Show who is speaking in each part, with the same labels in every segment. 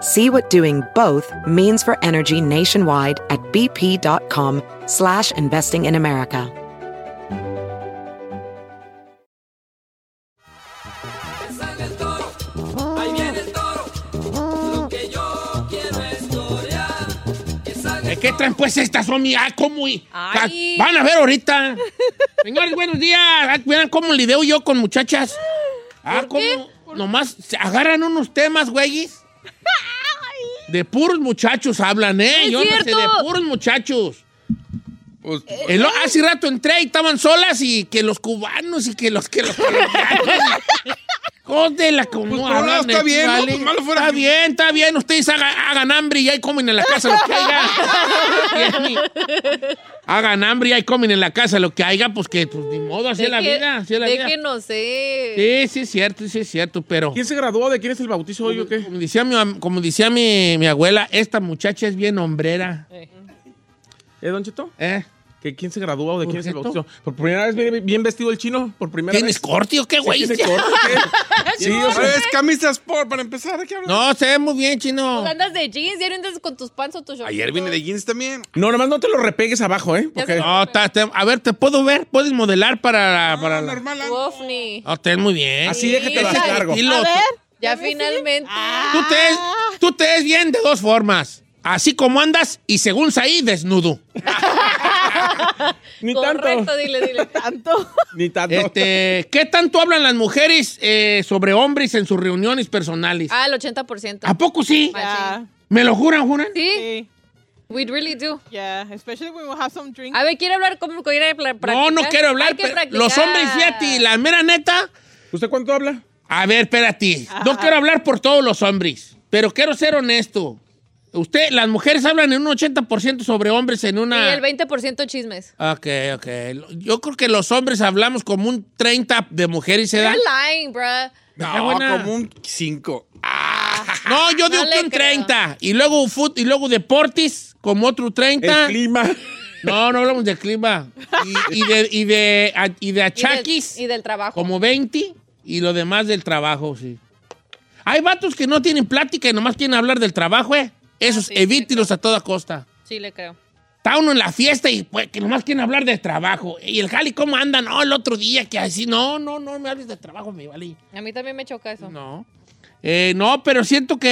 Speaker 1: See what doing both means for energy nationwide at bp.com slash investing in America.
Speaker 2: sale el toro, ahí viene el toro. Lo que yo quiero es torear. Que salga
Speaker 3: ¿De qué traen pues estas, Romy? Ah, ¿cómo? y- ah,
Speaker 4: Ay.
Speaker 3: Van a ver ahorita. Señores, buenos días. Ah, Vean cómo lideo yo con muchachas. Ah,
Speaker 4: ¿Por qué?
Speaker 3: cómo nomás se agarran unos temas, güeyes. De puros muchachos hablan, ¿eh?
Speaker 4: es
Speaker 3: yo no sé,
Speaker 4: cierto.
Speaker 3: de puros muchachos. El- hace rato entré y estaban solas y que los cubanos y que los que los colombianos. Jódela, como
Speaker 5: Pues, por un lado
Speaker 3: hablan.
Speaker 5: está
Speaker 3: eh,
Speaker 5: bien, ¿no? Pues, malo fuera
Speaker 3: Está
Speaker 5: que-
Speaker 3: bien, está bien. Ustedes haga- hagan hambre y ahí comen en la casa lo que haya. Bien, y- hagan hambre y ahí comen en la casa lo que haya, pues que pues, ni modo, así es la
Speaker 4: Deje-
Speaker 3: vida. Así es la vida.
Speaker 4: deje, no sé.
Speaker 3: Sí, sí, es cierto, sí, es cierto, pero...
Speaker 5: ¿Quién se graduó? ¿De quién es el bautizo hoy o qué?
Speaker 3: Como decía, mi, am- como decía mi, mi abuela, esta muchacha es bien hombrera.
Speaker 5: ¿Eh, Don Cheto?
Speaker 3: ¿Eh?
Speaker 5: ¿Que ¿Quién se graduó o de
Speaker 3: ¿Por
Speaker 5: quién es el
Speaker 3: cierto?
Speaker 5: bautizo? Por primera vez bien, bien vestido el chino, por primera
Speaker 3: ¿Tienes
Speaker 5: vez.
Speaker 3: corte o qué, güey?
Speaker 5: ¿Tiene corte? ¿Qué? Sí, o sea,
Speaker 6: Es camisa sport para empezar. ¿de qué hablas?
Speaker 3: No, se ve muy bien, chino.
Speaker 4: Pues Andas de jeans, ya no andas con tus panzas o tus shorts.
Speaker 6: Ayer vine de jeans también.
Speaker 5: No, nomás no te lo repegues abajo, ¿eh?
Speaker 4: Ya
Speaker 5: Porque
Speaker 4: sé.
Speaker 3: No, está- está- a ver, ¿te puedo ver? ¿Puedes modelar para, la- para
Speaker 6: Ah,
Speaker 3: la-
Speaker 6: normal. ah.
Speaker 4: Wofni.
Speaker 3: Ah, te ves muy bien.
Speaker 5: así déjatelo así
Speaker 4: Sí.
Speaker 5: largo.
Speaker 3: Y lo-
Speaker 4: Ya Ah. finalmente.
Speaker 3: tú, te ves, tú te ves bien de dos formas. Así como andas y según Saí, desnudo.
Speaker 5: Ni
Speaker 4: Correcto,
Speaker 5: tanto.
Speaker 4: dile, dile.
Speaker 5: Ni tanto.
Speaker 3: Este, ¿Qué tanto hablan las mujeres eh, sobre hombres en sus reuniones personales?
Speaker 4: Ah, el 80%.
Speaker 3: ¿A poco sí?
Speaker 4: Machín.
Speaker 3: ¿Me lo juran, juran?
Speaker 4: Sí,
Speaker 7: Sí,
Speaker 4: we really do.
Speaker 7: yeah, especially when we have some drink.
Speaker 4: A ver, ¿quiere hablar cómo quiere pla-
Speaker 3: No,
Speaker 4: practicar?
Speaker 3: no quiero hablar.
Speaker 4: Hay que
Speaker 3: pero
Speaker 4: practicar.
Speaker 3: los hombres, fíjate, la mera neta.
Speaker 5: ¿Usted cuánto habla?
Speaker 3: A ver, espérate. No quiero hablar por todos los hombres, pero quiero ser honesto. Usted, las mujeres hablan en un 80% sobre hombres en
Speaker 4: Y
Speaker 3: una...
Speaker 4: el 20% chismes.
Speaker 3: Ok, ok. Yo creo que los hombres hablamos como un 30 de mujeres, ¿eh? ¿se da?
Speaker 4: You're lying, bruh.
Speaker 3: Ah,
Speaker 6: No,
Speaker 3: buena.
Speaker 6: como un 5.
Speaker 3: No, yo digo
Speaker 4: No
Speaker 3: que
Speaker 4: le
Speaker 3: un
Speaker 4: creo.
Speaker 3: 30. Y luego fut y luego deportes, como otro
Speaker 4: Ah.
Speaker 3: 30.
Speaker 5: El clima.
Speaker 3: No, no hablamos de clima. Y, y de, y, de, a- y de
Speaker 4: Y del-
Speaker 3: achaquis,
Speaker 4: Y, del trabajo.
Speaker 3: como 20. Y lo demás del trabajo, sí. Hay vatos que no tienen plática y nomás quieren hablar del trabajo, ¿eh? Esos,
Speaker 4: Ah, sí, sí,
Speaker 3: evítelos a toda costa.
Speaker 4: Sí, le creo.
Speaker 3: Está uno en la fiesta y pues, que nomás quieren hablar de trabajo. Y el jali, ¿cómo anda? No, el otro día que así. No, no, no me hables de trabajo, me vale.
Speaker 4: A mí también me choca eso.
Speaker 3: No. Eh, no, pero siento que.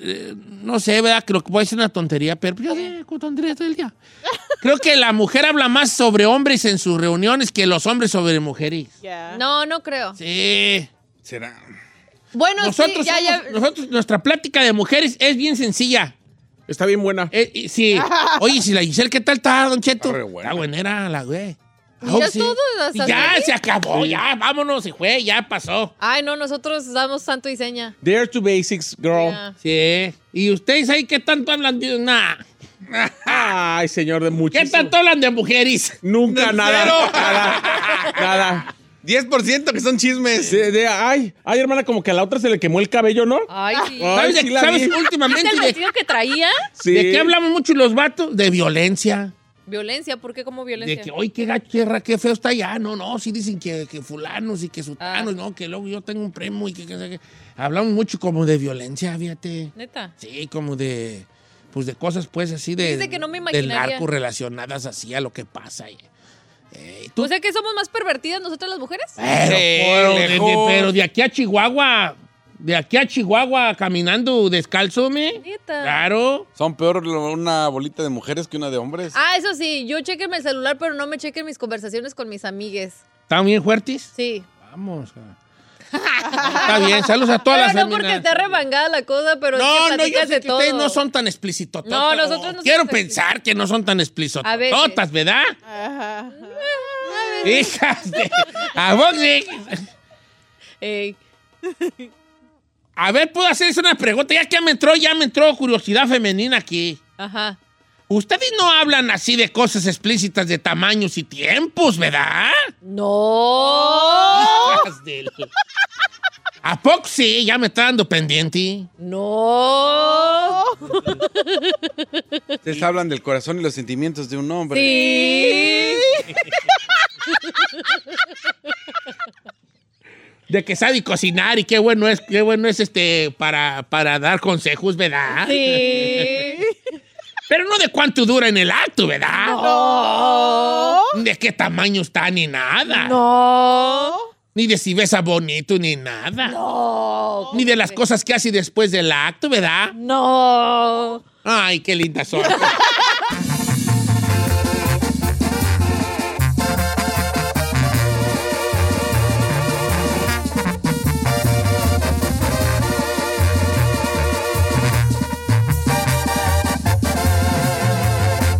Speaker 3: eh, no sé, ¿verdad? Creo que puede ser una tontería, pero pues yo sé, con tonterías todo el día. Creo que la mujer habla más sobre hombres en sus reuniones que los hombres sobre mujeres.
Speaker 7: Yeah.
Speaker 4: No, no creo.
Speaker 3: Sí.
Speaker 6: Será.
Speaker 4: Bueno,
Speaker 3: Nosotros,
Speaker 4: sí, ya,
Speaker 3: somos-
Speaker 4: ya.
Speaker 3: nosotros, nuestra plática de mujeres es bien sencilla.
Speaker 5: Está bien buena.
Speaker 3: Eh, y- sí. Oye, si la Giselle, ¿qué tal está, Don Cheto?
Speaker 6: Está re buena.
Speaker 3: Está buenera la güey.
Speaker 4: Pues
Speaker 3: Ah,
Speaker 4: ya
Speaker 3: oh, sí.
Speaker 4: todo, hasta
Speaker 3: Ya,
Speaker 4: aquí.
Speaker 3: se acabó, ya, vámonos, se fue, ya pasó.
Speaker 4: Ay, no, nosotros damos santo y seña.
Speaker 5: Dare to basics, girl.
Speaker 4: Ya.
Speaker 3: Sí. ¿Y ustedes ahí qué tanto hablan de nada?
Speaker 5: Ay, señor, de
Speaker 3: ¿Qué
Speaker 5: muchísimo.
Speaker 3: tanto hablan de mujeres?
Speaker 5: Nunca
Speaker 6: Del
Speaker 5: nada.
Speaker 6: cero.
Speaker 5: Nada. Nada.
Speaker 6: 10% que son chismes.
Speaker 5: Sí, de- ay, ay, hermana, como que a la otra se le quemó el cabello, ¿no?
Speaker 4: Ay, sí.
Speaker 5: Ah,
Speaker 3: ¿Sabes, de-
Speaker 5: sí la
Speaker 3: sabes
Speaker 5: vi.
Speaker 3: últimamente
Speaker 4: ¿Viste el
Speaker 3: de,
Speaker 4: vestido que traía?
Speaker 5: Sí.
Speaker 3: de qué hablamos mucho los vatos? De violencia.
Speaker 4: Violencia, ¿por qué como
Speaker 3: De que,
Speaker 4: violencia?
Speaker 3: hoy qué gacho, qué ra- qué feo está allá. No, no, sí dicen que, que fulanos y que
Speaker 4: Ah.
Speaker 3: sutanos, no, que luego yo tengo un primo y que, que- que- Hablamos mucho como de violencia, fíjate.
Speaker 4: Neta.
Speaker 3: Sí, como de. Pues de cosas, pues así de.
Speaker 4: Dice que no me
Speaker 3: Del
Speaker 4: imaginaría.
Speaker 3: narco relacionadas así a lo que pasa. eh. Eh, tú-
Speaker 4: O sea que somos más pervertidas nosotras las mujeres.
Speaker 3: Pero,
Speaker 6: Sí,
Speaker 3: pero, de,
Speaker 6: lejos.
Speaker 3: de- pero de aquí a Chihuahua, de aquí a Chihuahua caminando descalzo, me.
Speaker 4: Neta.
Speaker 3: Claro.
Speaker 6: Son peor lo- una bolita
Speaker 3: Pues.
Speaker 6: de mujeres que una de hombres.
Speaker 4: Ah, eso sí, yo chequenme el celular, pero no me chequen mis conversaciones con mis amigues.
Speaker 3: ¿Están bien fuertes?
Speaker 4: Sí.
Speaker 3: Vamos. a- Está bien, saludos a todas las
Speaker 4: pero no porque
Speaker 3: féminas.
Speaker 4: está remangada la cosa, pero es que
Speaker 3: No, no, yo
Speaker 4: platicas
Speaker 3: sé
Speaker 4: de
Speaker 3: que ustedes
Speaker 4: todo.
Speaker 3: no son tan explícitos.
Speaker 4: No, nosotros no
Speaker 3: Quiero
Speaker 4: somos explícitos.
Speaker 3: pensar que no son tan
Speaker 4: A veces.
Speaker 3: explícitos, ¿verdad?
Speaker 7: Ajá.
Speaker 3: Hijas de... A vos, sí.
Speaker 4: Ey,
Speaker 3: A ver, puedo hacerles una pregunta. Ya que me entró, ya me entró curiosidad femenina aquí.
Speaker 4: ajá.
Speaker 3: Ustedes no hablan así de cosas explícitas de tamaños y tiempos, ¿verdad?
Speaker 4: No.
Speaker 3: Hijas de la- ¿A poco sí? Ya me está dando pendiente.
Speaker 4: No.
Speaker 3: ¡Oh!
Speaker 6: Ustedes hablan del corazón y los sentimientos de un hombre.
Speaker 4: Sí.
Speaker 3: De que sabe cocinar y qué bueno es, qué bueno es este para, para dar consejos, ¿verdad?
Speaker 4: Sí.
Speaker 3: Pero no de cuánto dura en el acto, ¿verdad?
Speaker 4: No.
Speaker 3: De qué tamaño está ni nada.
Speaker 4: No.
Speaker 3: Ni de si besa bonito ni nada. Ni de las cosas que hace después del acto, ¿verdad?
Speaker 4: No.
Speaker 3: Ay, qué linda son.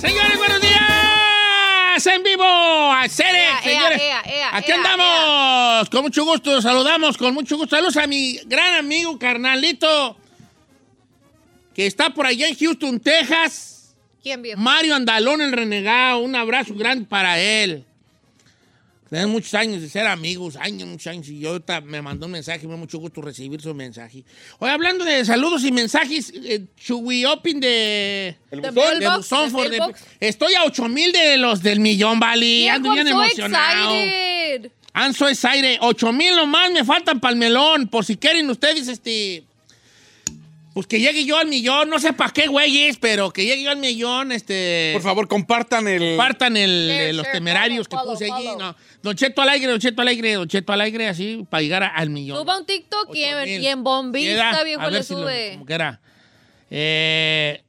Speaker 3: Señores, buenos días. En vivo, a Cerex,
Speaker 4: Ea, ea,
Speaker 3: señores.
Speaker 4: ea, ea,
Speaker 3: Aquí
Speaker 4: ea,
Speaker 3: andamos. Con mucho gusto, saludamos con mucho gusto. Saludos a mi gran amigo, carnalito, que está por allá en Houston, Texas.
Speaker 4: ¿Quién vio?
Speaker 3: Mario Andalón, el renegado. Un abrazo grande para él. Tenemos muchos años de ser amigos, años, muchos años. Y yo ahorita me mandó un mensaje, me da mucho gusto recibir su mensaje. Hoy hablando de saludos y mensajes, eh, should we open de...
Speaker 4: El
Speaker 3: Buzón, de Buzón, for the- Estoy a 8 mil de los del millón, Vali. Ando bien emocionado.
Speaker 4: excited.
Speaker 3: Anzo es aire. 8 mil nomás me faltan para el melón. Por si quieren ustedes, este. Pues que llegue yo al millón. No sé para qué, güeyes, pero que llegue yo al millón, este.
Speaker 6: Por favor, compartan el.
Speaker 3: Compartan el,
Speaker 4: Share,
Speaker 3: eh, los
Speaker 4: share,
Speaker 3: temerarios
Speaker 4: follow,
Speaker 3: que puse
Speaker 4: follow,
Speaker 3: allí.
Speaker 4: follow.
Speaker 3: No. Don Cheto al aire, Don Cheto al aire, Don Cheto al aire, así, para llegar a- al millón.
Speaker 4: Suba un TikTok y en,
Speaker 3: 8,000.
Speaker 4: y en bombista,
Speaker 3: Queda,
Speaker 4: viejo,
Speaker 3: a ver
Speaker 4: le
Speaker 3: si lo-
Speaker 4: sube.
Speaker 3: como quiera. Eh,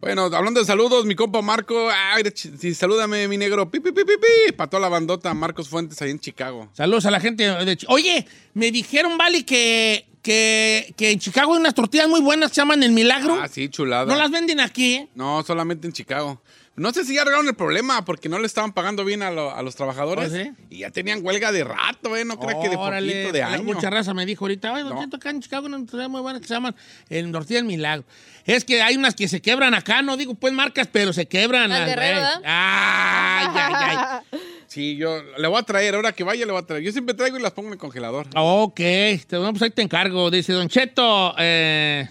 Speaker 6: Bueno, hablando de saludos, mi compa Marco. Ay, de ch- sí, salúdame, mi negro. Pi, pi, pi, pi, pi. Pa' toda la bandota, Marcos Fuentes, ahí en Chicago.
Speaker 3: Saludos a la gente de Chi- Oye, me dijeron, Vale, que, que, que en Chicago hay unas tortillas muy buenas que se llaman El Milagro.
Speaker 6: Ah, sí, chulada.
Speaker 3: no las venden aquí, ¿eh?
Speaker 6: No, solamente en Chicago. No sé si ya arreglaron el problema porque no le estaban pagando bien a, lo- a los trabajadores.
Speaker 3: Pues, ¿eh?
Speaker 6: Y ya tenían huelga de rato, ¿eh? No creas que de poquito, de
Speaker 3: pues,
Speaker 6: año.
Speaker 3: Mucha raza me dijo ahorita, oye, don
Speaker 6: No.
Speaker 3: Cheto, acá en Chicago hay unas tortillas muy buenas que se llaman El Tortilla del Milagro. Es que hay unas que se quebran acá, no digo pues marcas, pero se quebran.
Speaker 4: Las Guerrero,
Speaker 3: güey.
Speaker 4: ¿verdad?
Speaker 3: Ay, ay, ay.
Speaker 6: Sí, yo le voy a traer, ahora que vaya le voy a traer. Yo siempre traigo y las pongo en el congelador.
Speaker 3: Ok, te, no, pues ahí te encargo. Dice Don Cheto, eh,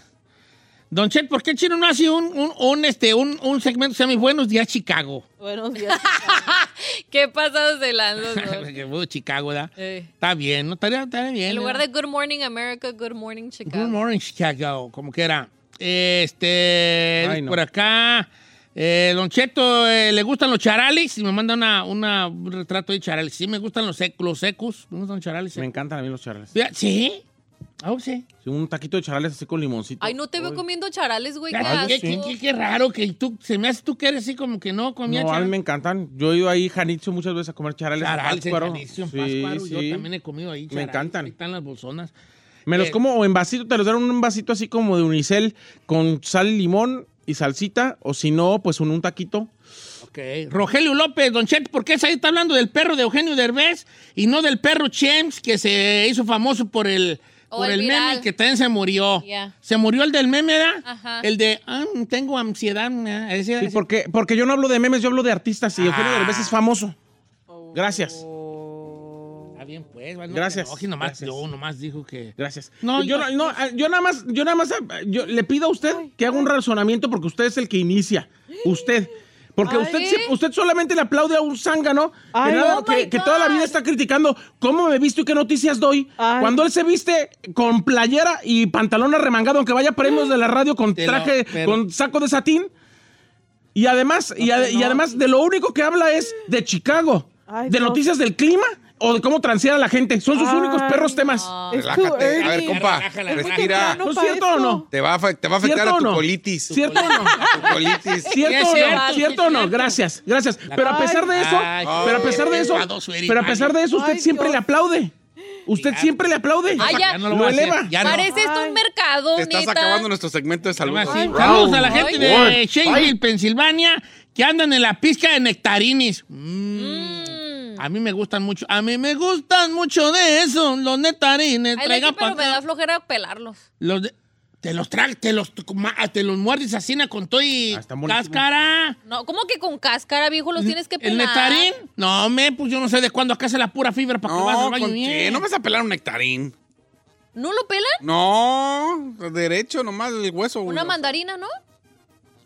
Speaker 3: Don Cheto, ¿por qué Chino no hace un, un, un, este, un, un segmento que se llama Buenos Días Chicago?
Speaker 7: Buenos días.
Speaker 4: ¿Qué pasados de lanzas, don?
Speaker 3: Que fue de Chicago, ¿verdad?
Speaker 4: Eh,
Speaker 3: Está bien, no estaría, estaría bien.
Speaker 4: En lugar
Speaker 3: ¿eh?
Speaker 4: de Good Morning America, Good Morning Chicago.
Speaker 3: Good Morning Chicago, como que era. Este,
Speaker 5: Ay, no.
Speaker 3: por acá. Eh, Don Cheto, eh, ¿le gustan los charales? Y me manda una, una- un retrato de charales. Sí, me gustan los, sec- los secos. Me gustan los charales.
Speaker 5: Me encantan a mí los charales.
Speaker 3: Fíjate, ¿Sí? Ah, sí.
Speaker 5: Sí, un taquito de charales así con limoncito.
Speaker 4: Ay, no te veo comiendo charales, güey. Qué
Speaker 3: Ay, Qué, qué-
Speaker 4: asco.
Speaker 3: qué- qué raro que tú, se me hace tú que eres así como que no comía
Speaker 5: No, a mí
Speaker 3: charales.
Speaker 5: me encantan. Yo he ido ahí, Janitzio, muchas veces a comer charales. en
Speaker 3: Charales,
Speaker 5: Pátzcuaro.
Speaker 3: Janitzio, en
Speaker 5: Sí,
Speaker 3: Pátzcuaro,
Speaker 5: sí.
Speaker 3: Yo también he comido ahí. charales.
Speaker 5: encantan.
Speaker 3: Ahí están las bolsonas.
Speaker 5: Me los
Speaker 3: Eh,
Speaker 5: como o en vasito, te los dan en un vasito así como de unicel con sal y limón y salsita, o si no, pues un, un taquito.
Speaker 3: Ok. Rogelio López, Don Cheto, ¿por qué se está hablando del perro de Eugenio Derbez y no del perro Chems que se hizo famoso por el,
Speaker 4: O
Speaker 3: por
Speaker 4: el
Speaker 3: el, meme
Speaker 4: viral.
Speaker 3: que también se murió?
Speaker 4: Ya.
Speaker 3: Se murió el del meme, ¿verdad?
Speaker 4: Ajá.
Speaker 3: El de, ah, tengo ansiedad. ¿verdad? Ese-
Speaker 5: Sí,
Speaker 3: ese-
Speaker 5: porque, porque yo no hablo de memes, yo hablo de artistas y Eugenio
Speaker 3: Ah.
Speaker 5: Derbez es famoso.
Speaker 4: Oh.
Speaker 5: Gracias,
Speaker 3: Está bien, pues. no te
Speaker 5: Gracias.
Speaker 3: enojes, nomás
Speaker 5: Gracias.
Speaker 3: yo nomás dijo que...
Speaker 5: gracias.
Speaker 3: No,
Speaker 5: yo, no,
Speaker 3: yo-
Speaker 5: no, ah, yo nada más, yo nada más, ah, yo le pido a usted que haga un razonamiento porque usted es el que inicia, usted. Porque usted, se- usted solamente le aplaude a un zángano que,
Speaker 7: ¿Ah, eh? Ay,
Speaker 5: nada-
Speaker 7: oh
Speaker 5: que,
Speaker 7: my
Speaker 5: que toda la vida
Speaker 7: God.
Speaker 5: está criticando cómo me visto y qué noticias doy.
Speaker 7: Ay.
Speaker 5: Cuando él se viste con playera y pantalón arremangado, aunque vaya a premios de la radio con
Speaker 3: Te lo-
Speaker 5: traje,
Speaker 3: pero-
Speaker 5: con saco de satín. Y además, y, ade- y además de lo único que habla es de Chicago,
Speaker 7: Ay,
Speaker 5: de
Speaker 7: no.
Speaker 5: noticias del clima o de cómo transear a la gente. Son sus
Speaker 7: Ay,
Speaker 5: únicos perros temas.
Speaker 7: It's too
Speaker 6: Relájate. A ver,
Speaker 7: early.
Speaker 6: compa,
Speaker 3: Relájala,
Speaker 7: Es muy
Speaker 6: respira.
Speaker 7: temprano
Speaker 5: ¿No es
Speaker 7: para
Speaker 5: cierto o no?
Speaker 7: esto.
Speaker 6: Te va a, afe- te va a afectar
Speaker 5: ¿Cierto
Speaker 6: a
Speaker 5: o
Speaker 6: tu
Speaker 5: no?
Speaker 6: colitis.
Speaker 5: ¿Cierto o no?
Speaker 6: Tu colitis.
Speaker 5: ¿Cierto o
Speaker 3: cierto,
Speaker 5: no? ¿Cierto o no?
Speaker 3: cierto.
Speaker 5: Gracias, gracias. Pero a pesar de eso,
Speaker 3: Ay,
Speaker 5: pero a pesar de eso,
Speaker 3: Eduardo Sueri,
Speaker 5: pero a pesar de eso, usted
Speaker 7: Ay,
Speaker 5: siempre
Speaker 7: Dios.
Speaker 5: le aplaude. Usted
Speaker 3: Ya.
Speaker 5: siempre le aplaude.
Speaker 4: Ay, ya.
Speaker 3: no lo, voy a
Speaker 5: Lo
Speaker 3: hacer,
Speaker 5: eleva.
Speaker 3: Ya no.
Speaker 4: Parece esto un mercado,
Speaker 6: Te estás
Speaker 4: neta.
Speaker 6: acabando nuestro segmento de saludos.
Speaker 3: Ahora sí,
Speaker 6: Round
Speaker 3: Saludos a la
Speaker 4: Ay.
Speaker 3: gente de Shaneville, Pensilvania, que andan en la pizca de nectarines. Mm. A mí me gustan mucho. A mí me gustan mucho de esos, los nectarines.
Speaker 4: Ay,
Speaker 3: Traiga
Speaker 4: like, pero
Speaker 3: pa'
Speaker 4: me
Speaker 3: acá.
Speaker 4: da flojera pelarlos.
Speaker 3: Los de- te los traes, te los, ma- te los muerdes así na, con todo y
Speaker 5: Ah, están buenísimos.
Speaker 3: cáscara.
Speaker 4: No, ¿cómo que con cáscara, viejo? Los tienes que pelar.
Speaker 3: ¿El nectarín? No, me, pues yo no sé de cuándo acá hace la pura fibra para que vas al
Speaker 6: No,
Speaker 3: baño
Speaker 6: ¿con
Speaker 3: bien.
Speaker 6: qué? No me vas a pelar un nectarín.
Speaker 4: ¿No lo pelan?
Speaker 6: No, derecho nomás el hueso. güey.
Speaker 4: Una mandarina, ¿no?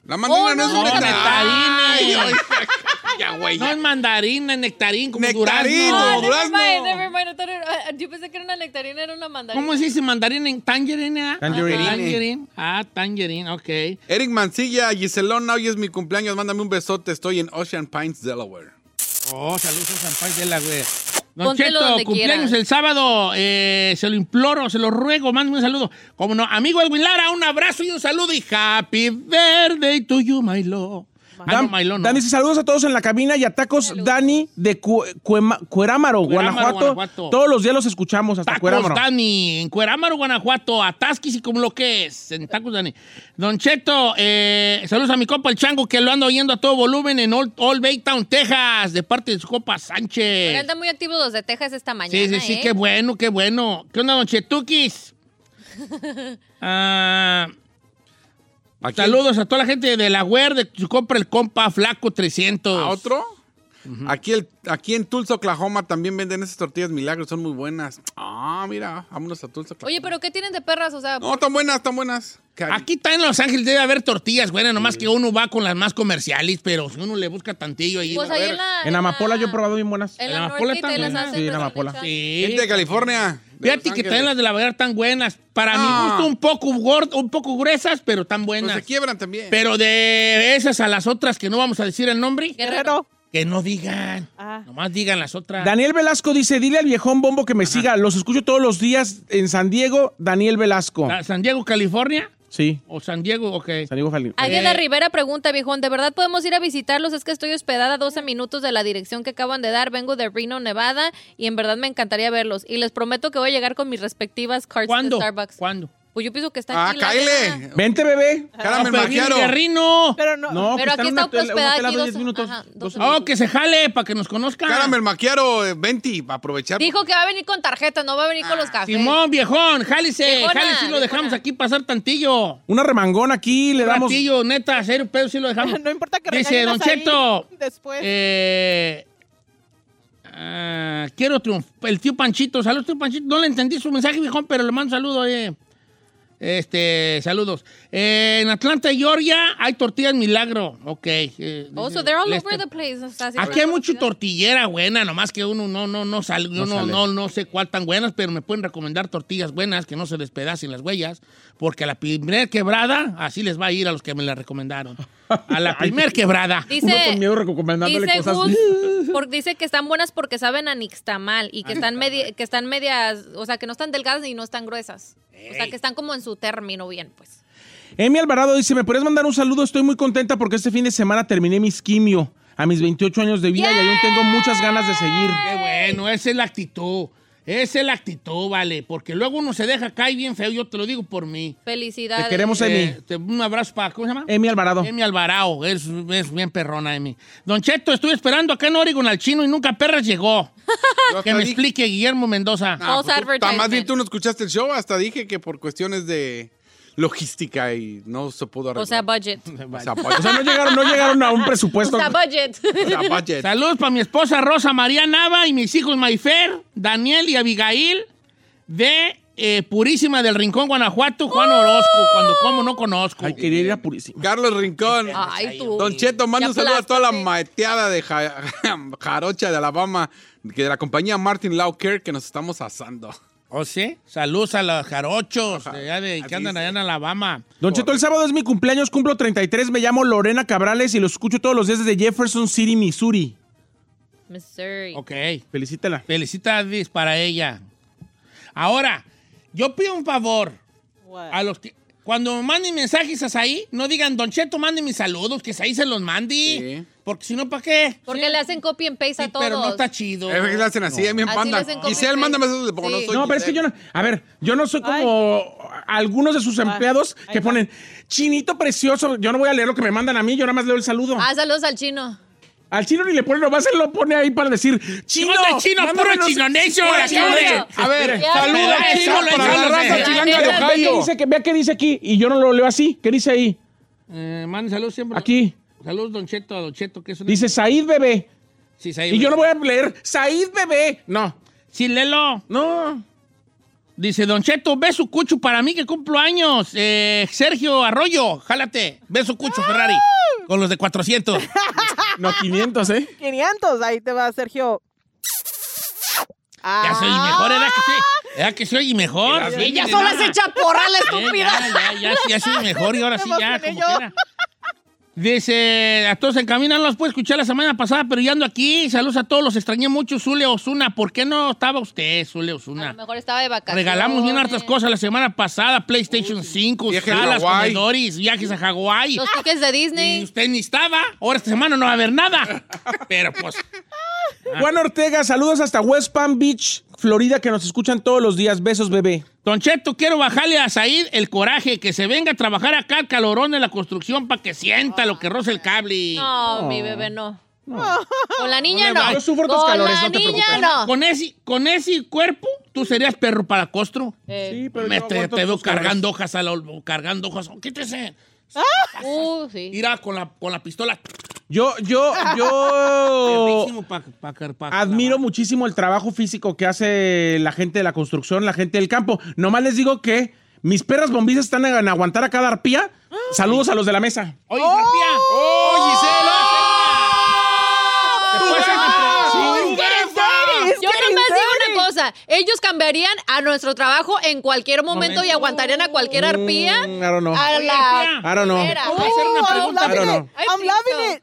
Speaker 6: La mandarina
Speaker 4: Oh,
Speaker 6: no,
Speaker 4: no,
Speaker 6: es
Speaker 3: No,
Speaker 6: un
Speaker 4: nectarina.
Speaker 6: nectarín.
Speaker 3: nectarina.
Speaker 6: Ay, Ya, güey.
Speaker 3: No
Speaker 6: ya.
Speaker 3: es mandarina, es nectarín, como
Speaker 6: Nectarín,
Speaker 3: durazno.
Speaker 6: no,
Speaker 4: never
Speaker 6: durazno.
Speaker 4: mind, never mind. I thought it- ah, Yo pensé que era una nectarina, era una mandarina.
Speaker 3: ¿Cómo se dice mandarina en tangerine? ah?
Speaker 5: Tangerine.
Speaker 3: Tangerine. Ah, tangerine, ok.
Speaker 6: Eric Mancilla, Giselona, hoy es mi cumpleaños. Mándame un besote. Estoy en Ocean Pines, Delaware.
Speaker 3: Oh, saludos a San Paz de la güey. Don
Speaker 4: Póntelo
Speaker 3: Cheto,
Speaker 4: donde
Speaker 3: cumpleaños
Speaker 4: quieras.
Speaker 3: el sábado. eh, se lo imploro, se lo ruego, mándame un saludo. Como no, amigo Edwin Lara, un abrazo y un saludo. Y happy birthday to you, my love. Ah, no,
Speaker 5: Dan,
Speaker 3: my love, no.
Speaker 5: Dan dice saludos a todos en la cabina y a tacos Dani de Cu- Cuema- Cuerámaro, Guanajuato.
Speaker 3: Guanajuato.
Speaker 5: Todos los días los escuchamos hasta
Speaker 3: Tacos
Speaker 5: Cuerámaro.
Speaker 3: Dani, en Cuerámaro, Guanajuato, Atasquis y como lo que es, en Tacos Dani. Don Cheto, eh, saludos a mi compa el Chango que lo ando oyendo a todo volumen en Old, Old Baytown, Texas, de parte de su compa
Speaker 4: Oigan,
Speaker 3: Sánchez.
Speaker 4: Andan muy activos los de Texas esta mañana.
Speaker 3: Sí, sí, sí,
Speaker 4: ¿eh?
Speaker 3: qué bueno, qué bueno. ¿Qué onda, don Chetukis? Ah,
Speaker 6: Aquí-
Speaker 3: saludos a toda la gente de la web de su compra el compa Flaco 300.
Speaker 6: ¿A Ah, otro? aquí, el, aquí en Tulsa, Oklahoma, también venden esas tortillas milagros. Son muy buenas. Ah, mira, vámonos a Tulsa, Oklahoma.
Speaker 4: Oye, pero ¿qué tienen de perras? O sea,
Speaker 6: No, están buenas, están buenas. Cari-
Speaker 3: Aquí está en Los Ángeles, debe haber tortillas, bueno, nomás que uno va con las más comerciales, pero si uno le busca tantillo ahí.
Speaker 4: pues
Speaker 3: va a
Speaker 4: ahí
Speaker 3: ver.
Speaker 4: en la.
Speaker 5: En Amapola yo he probado bien buenas.
Speaker 4: En
Speaker 3: en
Speaker 4: la
Speaker 3: Amapola
Speaker 4: Norte y
Speaker 3: también.
Speaker 4: las hacen
Speaker 5: Sí, en
Speaker 4: restaurantes.
Speaker 5: Amapola.
Speaker 3: Sí.
Speaker 6: Gente de California. de
Speaker 3: Fíjate
Speaker 6: Los
Speaker 3: que están
Speaker 6: Ángeles.
Speaker 3: las de la verdad tan buenas. Para mi
Speaker 6: Ah. Pues
Speaker 3: gusto, un poco, gord- un poco gruesas, pero tan
Speaker 6: Pero
Speaker 3: buenas.
Speaker 6: se quiebran también.
Speaker 3: Pero de esas a las otras que no vamos a decir el nombre,
Speaker 4: Guerrero.
Speaker 7: Guerrero.
Speaker 3: que no digan.
Speaker 7: Ah.
Speaker 3: Nomás digan las otras.
Speaker 5: Daniel Velasco dice, dile al viejón bombo que me siga. Los escucho todos los días en San Diego, Daniel Velasco.
Speaker 3: Ah, San Diego, California.
Speaker 5: Sí,
Speaker 3: O San Diego, ok.
Speaker 5: San Diego Fali-
Speaker 4: Águeda Rivera pregunta, viejón, ¿de verdad podemos ir a visitarlos? Es que estoy hospedada a 12 minutos de la dirección que acaban de dar. Vengo de Reno, Nevada, y en verdad me encantaría verlos. Y les prometo que voy a llegar con mis respectivas cards
Speaker 3: ¿Cuándo?
Speaker 4: de Pues, Starbucks.
Speaker 3: ¿Cuándo?
Speaker 4: Pues yo pienso que está
Speaker 6: ah,
Speaker 4: aquí. la
Speaker 6: Kyle.
Speaker 4: Águeda.
Speaker 5: Vente, bebé.
Speaker 6: Caramel
Speaker 3: No, pero
Speaker 6: macchiato.
Speaker 3: viene Guerrino.
Speaker 7: Pero no.
Speaker 5: No, pues,
Speaker 4: Pero aquí
Speaker 5: que en
Speaker 4: está
Speaker 5: un hotel- un
Speaker 4: hospedada
Speaker 5: hotel a
Speaker 4: aquí
Speaker 5: dos-
Speaker 4: dos-
Speaker 5: diez minutos.
Speaker 4: ajá,
Speaker 5: dos-
Speaker 4: dos-
Speaker 3: Oh, que se jale para que nos conozcan.
Speaker 6: Caramel macchiato, eh, 20, para aprovechar.
Speaker 4: Dijo que va a venir con tarjeta, no va a venir con los cafés.
Speaker 3: Simón, viejón, jálese.
Speaker 4: Ah, Viejona,
Speaker 3: jálese y lo dejamos
Speaker 4: viejona.
Speaker 3: aquí pasar tantillo.
Speaker 5: Una remangón aquí, le damos...
Speaker 3: Ratillo, neta, serio, pedo, sí lo dejamos.
Speaker 7: No importa que
Speaker 3: Dice,
Speaker 7: regañen
Speaker 3: Don
Speaker 7: las ahí
Speaker 3: Cheto.
Speaker 7: después.
Speaker 3: eh, ah, quiero triunfar. El tío Panchito, saludos, tío Panchito. No le entendí su mensaje, viejón, pero le mando un saludo, oye. Este, saludos. Eh, en Atlanta, Georgia, hay tortillas milagro. Ok. eh,
Speaker 4: Oh,
Speaker 3: dice
Speaker 4: so they're all
Speaker 3: Lester.
Speaker 4: over the place. o sea, sí
Speaker 3: Aquí
Speaker 4: tienen
Speaker 3: hay mucho
Speaker 4: diversidad.
Speaker 3: tortillera buena, nomás que uno no, no, no sal- yo
Speaker 5: No
Speaker 3: no,
Speaker 5: sale.
Speaker 3: no, no sé cuál tan buenas, pero me pueden recomendar tortillas buenas que no se les pedacen las huellas, porque a la primera quebrada, así les va a ir a los que me la recomendaron. A la primera quebrada.
Speaker 5: Uno
Speaker 4: Dice,
Speaker 5: con miedo recomendándole
Speaker 4: dice
Speaker 5: cosas.
Speaker 4: Gus, por- dice que están buenas porque saben a nixtamal y que están, medi- que están medias, o sea, que no están delgadas ni no están gruesas. O sea, que están como en su término bien, pues.
Speaker 5: Emi Alvarado dice, ¿me podrías mandar un saludo? Estoy muy contenta porque este fin de semana terminé mis quimio a mis 28 años de vida y aún tengo muchas ganas de seguir.
Speaker 3: Qué bueno, esa es la actitud. Esa es la actitud, vale, porque luego uno se deja caer bien feo, yo te lo digo por mí.
Speaker 4: Felicidades.
Speaker 5: Te queremos, Emi.
Speaker 3: Eh, te- un abrazo para, ¿cómo se llama?
Speaker 5: Emi Alvarado.
Speaker 4: Em-
Speaker 3: Emi Alvarado, es, es bien perrona, Emi. Don Cheto, estuve esperando acá en Oregon al chino y nunca perras llegó.
Speaker 6: Yo hasta
Speaker 3: Que me
Speaker 6: dije-
Speaker 3: explique Guillermo Mendoza.
Speaker 4: False
Speaker 6: pues tú- ta- más bien
Speaker 4: advertisement.
Speaker 6: tú no escuchaste el show, hasta dije que por cuestiones de logística y no se pudo arreglar.
Speaker 4: O sea, budget.
Speaker 6: O sea,
Speaker 5: O sea,
Speaker 6: budget.
Speaker 5: no llegaron, no llegaron a un presupuesto.
Speaker 4: O sea, budget.
Speaker 6: O sea, budget.
Speaker 3: Saludos para mi esposa Rosa María Nava y mis hijos Maifer, Daniel y Abigail de eh, Purísima del Rincón, Guanajuato, Juan Orozco, cuando como no conozco.
Speaker 5: Ay, quería ir a Purísima.
Speaker 6: Carlos Rincón.
Speaker 4: Ay, tú.
Speaker 6: Don Cheto, manda
Speaker 4: Ya
Speaker 6: un saludo a toda la
Speaker 4: aplástate.
Speaker 6: maeteada de ja- Jarocha de Alabama, que de la compañía Martin Lauker, que nos estamos asando.
Speaker 3: ¿O ¿Oh, sí? Saludos a los jarochos de allá de-
Speaker 6: Así
Speaker 3: que andan
Speaker 6: es.
Speaker 3: allá en Alabama.
Speaker 5: Don Cheto, el sábado es mi cumpleaños, cumplo 33, me llamo Lorena Cabrales y lo escucho todos los días desde Jefferson City, Missouri.
Speaker 4: Missouri.
Speaker 3: Ok.
Speaker 5: Felicítela.
Speaker 3: Felicidades para ella. Ahora, yo pido un favor.
Speaker 7: What?
Speaker 3: A los que, cuando me manden mensajes a Saí, no digan, Don Cheto, mande mis saludos, que Saí se los mande.
Speaker 6: Sí.
Speaker 3: Porque si no, ¿para qué?
Speaker 4: Porque le hacen copy and paste
Speaker 3: Sí,
Speaker 4: a todos.
Speaker 3: pero no está chido.
Speaker 6: Es que le hacen así, a mí me
Speaker 4: Así
Speaker 6: mandan.
Speaker 4: le hacen copy
Speaker 6: Giselle,
Speaker 4: paste.
Speaker 6: mándame esos porque no
Speaker 4: Sí.
Speaker 6: soy
Speaker 5: No, pero es que yo no. A ver, yo no soy como algunos de
Speaker 3: Ah,
Speaker 5: sus empleados
Speaker 7: ahí
Speaker 5: que
Speaker 7: va.
Speaker 5: ponen chinito precioso. Yo no voy a leer lo que me mandan a mí, yo nada más leo el saludo.
Speaker 4: Ah, saludos al chino.
Speaker 5: Al chino ni le pone nomás, él lo pone ahí para decir chino.
Speaker 3: ¡Chino, chino,
Speaker 5: mándame
Speaker 3: puro
Speaker 5: no sé-
Speaker 3: chino nation!
Speaker 4: Puro
Speaker 3: Así
Speaker 4: chino
Speaker 3: lo
Speaker 4: nation.
Speaker 3: dicen.
Speaker 6: A
Speaker 5: Eh,
Speaker 6: ver,
Speaker 4: Ya,
Speaker 6: saludos
Speaker 4: ya,
Speaker 6: chino,
Speaker 3: ya,
Speaker 6: para
Speaker 3: ya,
Speaker 6: la
Speaker 3: ya,
Speaker 6: raza
Speaker 3: ya,
Speaker 6: chilanga
Speaker 4: ya,
Speaker 6: de
Speaker 4: ya,
Speaker 5: Ve que
Speaker 6: Ohio.
Speaker 5: dice que, vea que dice aquí y yo no lo leo así. ¿Qué dice ahí?
Speaker 3: Eh, mande saludos siempre.
Speaker 5: Aquí.
Speaker 3: Saludos, Don Cheto, a Don Cheto, que es una...
Speaker 5: Dice Said bebé.
Speaker 3: Sí, Saí,
Speaker 5: Y yo no voy a leer Said bebé. No,
Speaker 3: Sí, lelo.
Speaker 5: no.
Speaker 3: Dice, Don Cheto, beso cucho para mí que cumplo años. Eh, Sergio Arroyo, jálate. Beso cucho, Ferrari. Con los de 400.
Speaker 5: No, 500, ¿eh?
Speaker 7: 500, ahí te va, Sergio. Ah.
Speaker 3: Ya soy mejor, ¿verdad que sí? ¿Verdad que soy mejor? Sí,
Speaker 4: Ella
Speaker 3: de
Speaker 4: sola
Speaker 3: nada.
Speaker 4: se echa porra, la
Speaker 3: Sí,
Speaker 4: estúpida.
Speaker 3: Eh, Ya, ya, ya, sí, ya soy mejor y ahora sí, ya,
Speaker 7: emocioné
Speaker 3: como
Speaker 7: yo.
Speaker 3: quiera. Dice, a todos en camino, no los pude escuchar la semana pasada, pero ya ando aquí. Saludos a todos, los extrañé mucho. Zule Osuna, ¿por qué no estaba usted, Zule
Speaker 4: A lo
Speaker 3: Osuna?
Speaker 4: mejor estaba de vacaciones.
Speaker 3: Regalamos bien hartas cosas la semana pasada, PlayStation 5,
Speaker 6: Viaje a
Speaker 3: salas,
Speaker 6: Hawái.
Speaker 3: comedores, viajes a Hawái.
Speaker 4: Los tickets de
Speaker 3: Y
Speaker 4: Disney.
Speaker 3: usted ni estaba, ahora esta semana no va a haber nada. Pero pues, Ah.
Speaker 5: Juan Ortega, saludos hasta West Palm Beach, Florida, que nos escuchan todos los días. Besos, bebé.
Speaker 3: Don Cheto, quiero bajarle a Said el coraje, que se venga a trabajar acá al calorón de la construcción para que sienta lo que roza el cable.
Speaker 4: No, mi bebé no. Con la niña
Speaker 3: No le
Speaker 4: no.
Speaker 3: va.
Speaker 5: Yo sufro tus
Speaker 4: Con
Speaker 5: calores,
Speaker 4: la
Speaker 5: no te
Speaker 4: niña
Speaker 5: preocupes.
Speaker 4: no.
Speaker 3: Con ese, con ese cuerpo, tú serías perro para costro.
Speaker 4: Eh,
Speaker 3: Me te, te veo cargando hojas, a la, ol- cargando hojas. Oh, Quítese.
Speaker 4: Uh, sí.
Speaker 3: Tira con la, con la pistola.
Speaker 5: Yo, yo, yo
Speaker 3: Perrísimo pa- pa- pa- pa-
Speaker 5: Oh. admiro muchísimo el trabajo físico que hace la gente de la construcción, la gente del campo. Nomás les digo que mis perras bombizas están en aguantar a cada arpía. Saludos a los de la mesa.
Speaker 3: Oye, Sarpía.
Speaker 6: ¡Oh,
Speaker 3: Te puedes hacer-
Speaker 5: Sí.
Speaker 4: Yo nomás digo una cosa. Ellos cambiarían a nuestro trabajo en cualquier momento y aguantarían a cualquier arpía.
Speaker 5: Mm, I don't know.
Speaker 7: Ah,
Speaker 4: A la...
Speaker 3: Sarpía,
Speaker 5: I don't know.
Speaker 4: Espera.
Speaker 3: Voy a hacer una
Speaker 7: I'm
Speaker 3: pregunta.
Speaker 7: loving it.
Speaker 5: Claro, no.
Speaker 7: I'm loving it.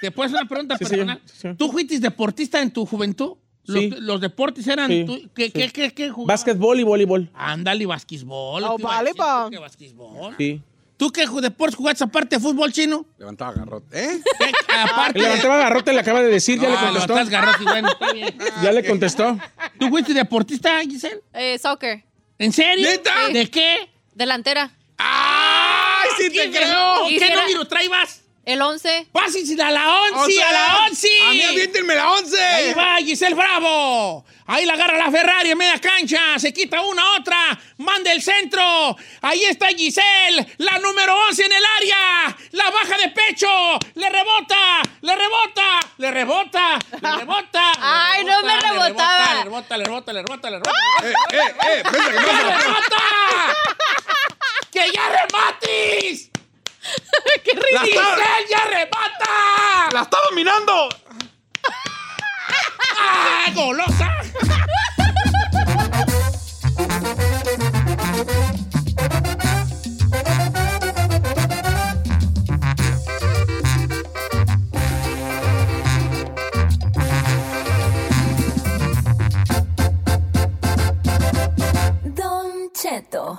Speaker 3: Te puedo hacer una pregunta
Speaker 5: Sí,
Speaker 3: personal.
Speaker 5: señor. Sí, señor.
Speaker 3: ¿Tú fuiste deportista en tu juventud? Los,
Speaker 5: Sí.
Speaker 3: los deportes eran...
Speaker 5: Sí,
Speaker 3: tú- ¿qué,
Speaker 5: sí.
Speaker 3: qué, qué, qué jugabas?
Speaker 5: Básquetbol y voleibol.
Speaker 3: Ándale, basquisbol.
Speaker 7: Oh,
Speaker 3: te iba a decir,
Speaker 7: voleibol.
Speaker 3: ¿tú qué basquisbol?
Speaker 5: Sí.
Speaker 3: ¿Tú qué ju- deportes jugaste aparte de fútbol chino?
Speaker 6: Levantaba garrote. ¿Eh?
Speaker 3: ¿Qué- aparte
Speaker 5: El levantaba garrote le acaba de decir, ya le
Speaker 3: Ah,
Speaker 5: contestó.
Speaker 3: levantabas garrote, bueno, está bien.
Speaker 5: Ya le contestó.
Speaker 3: ¿Tú fuiste deportista, Giselle?
Speaker 4: Eh, soccer.
Speaker 3: ¿En serio?
Speaker 6: ¿Neta?
Speaker 3: ¿De qué?
Speaker 4: Delantera.
Speaker 3: ¡Ay,
Speaker 6: sí te creo!
Speaker 3: ¿Qué
Speaker 4: Quisiera-
Speaker 3: número traibas?
Speaker 4: El 11.
Speaker 3: ¡Pásense a la
Speaker 6: O
Speaker 3: once,
Speaker 6: sea,
Speaker 3: a la once!
Speaker 6: ¡A mí aviéntenme la
Speaker 3: Ahí
Speaker 6: once! Eh,
Speaker 3: va Giselle Bravo. Ahí la agarra la Ferrari en media cancha. Se quita una, otra. Manda el centro. Ahí está Giselle. La número 11 en el área. La baja de pecho. Le rebota. Le rebota. Le rebota. Le rebota. le
Speaker 4: Ay, no me
Speaker 3: rebota, le
Speaker 4: rebotaba.
Speaker 3: rebota, Le rebota, le rebota, le rebota, le rebota.
Speaker 6: ¡Eh, eh, eh! ¡Presta que no
Speaker 3: ¡Le
Speaker 6: se la-
Speaker 3: rebota!
Speaker 6: la está dominando!
Speaker 3: ¡Ah, golosa!
Speaker 8: Don Cheto.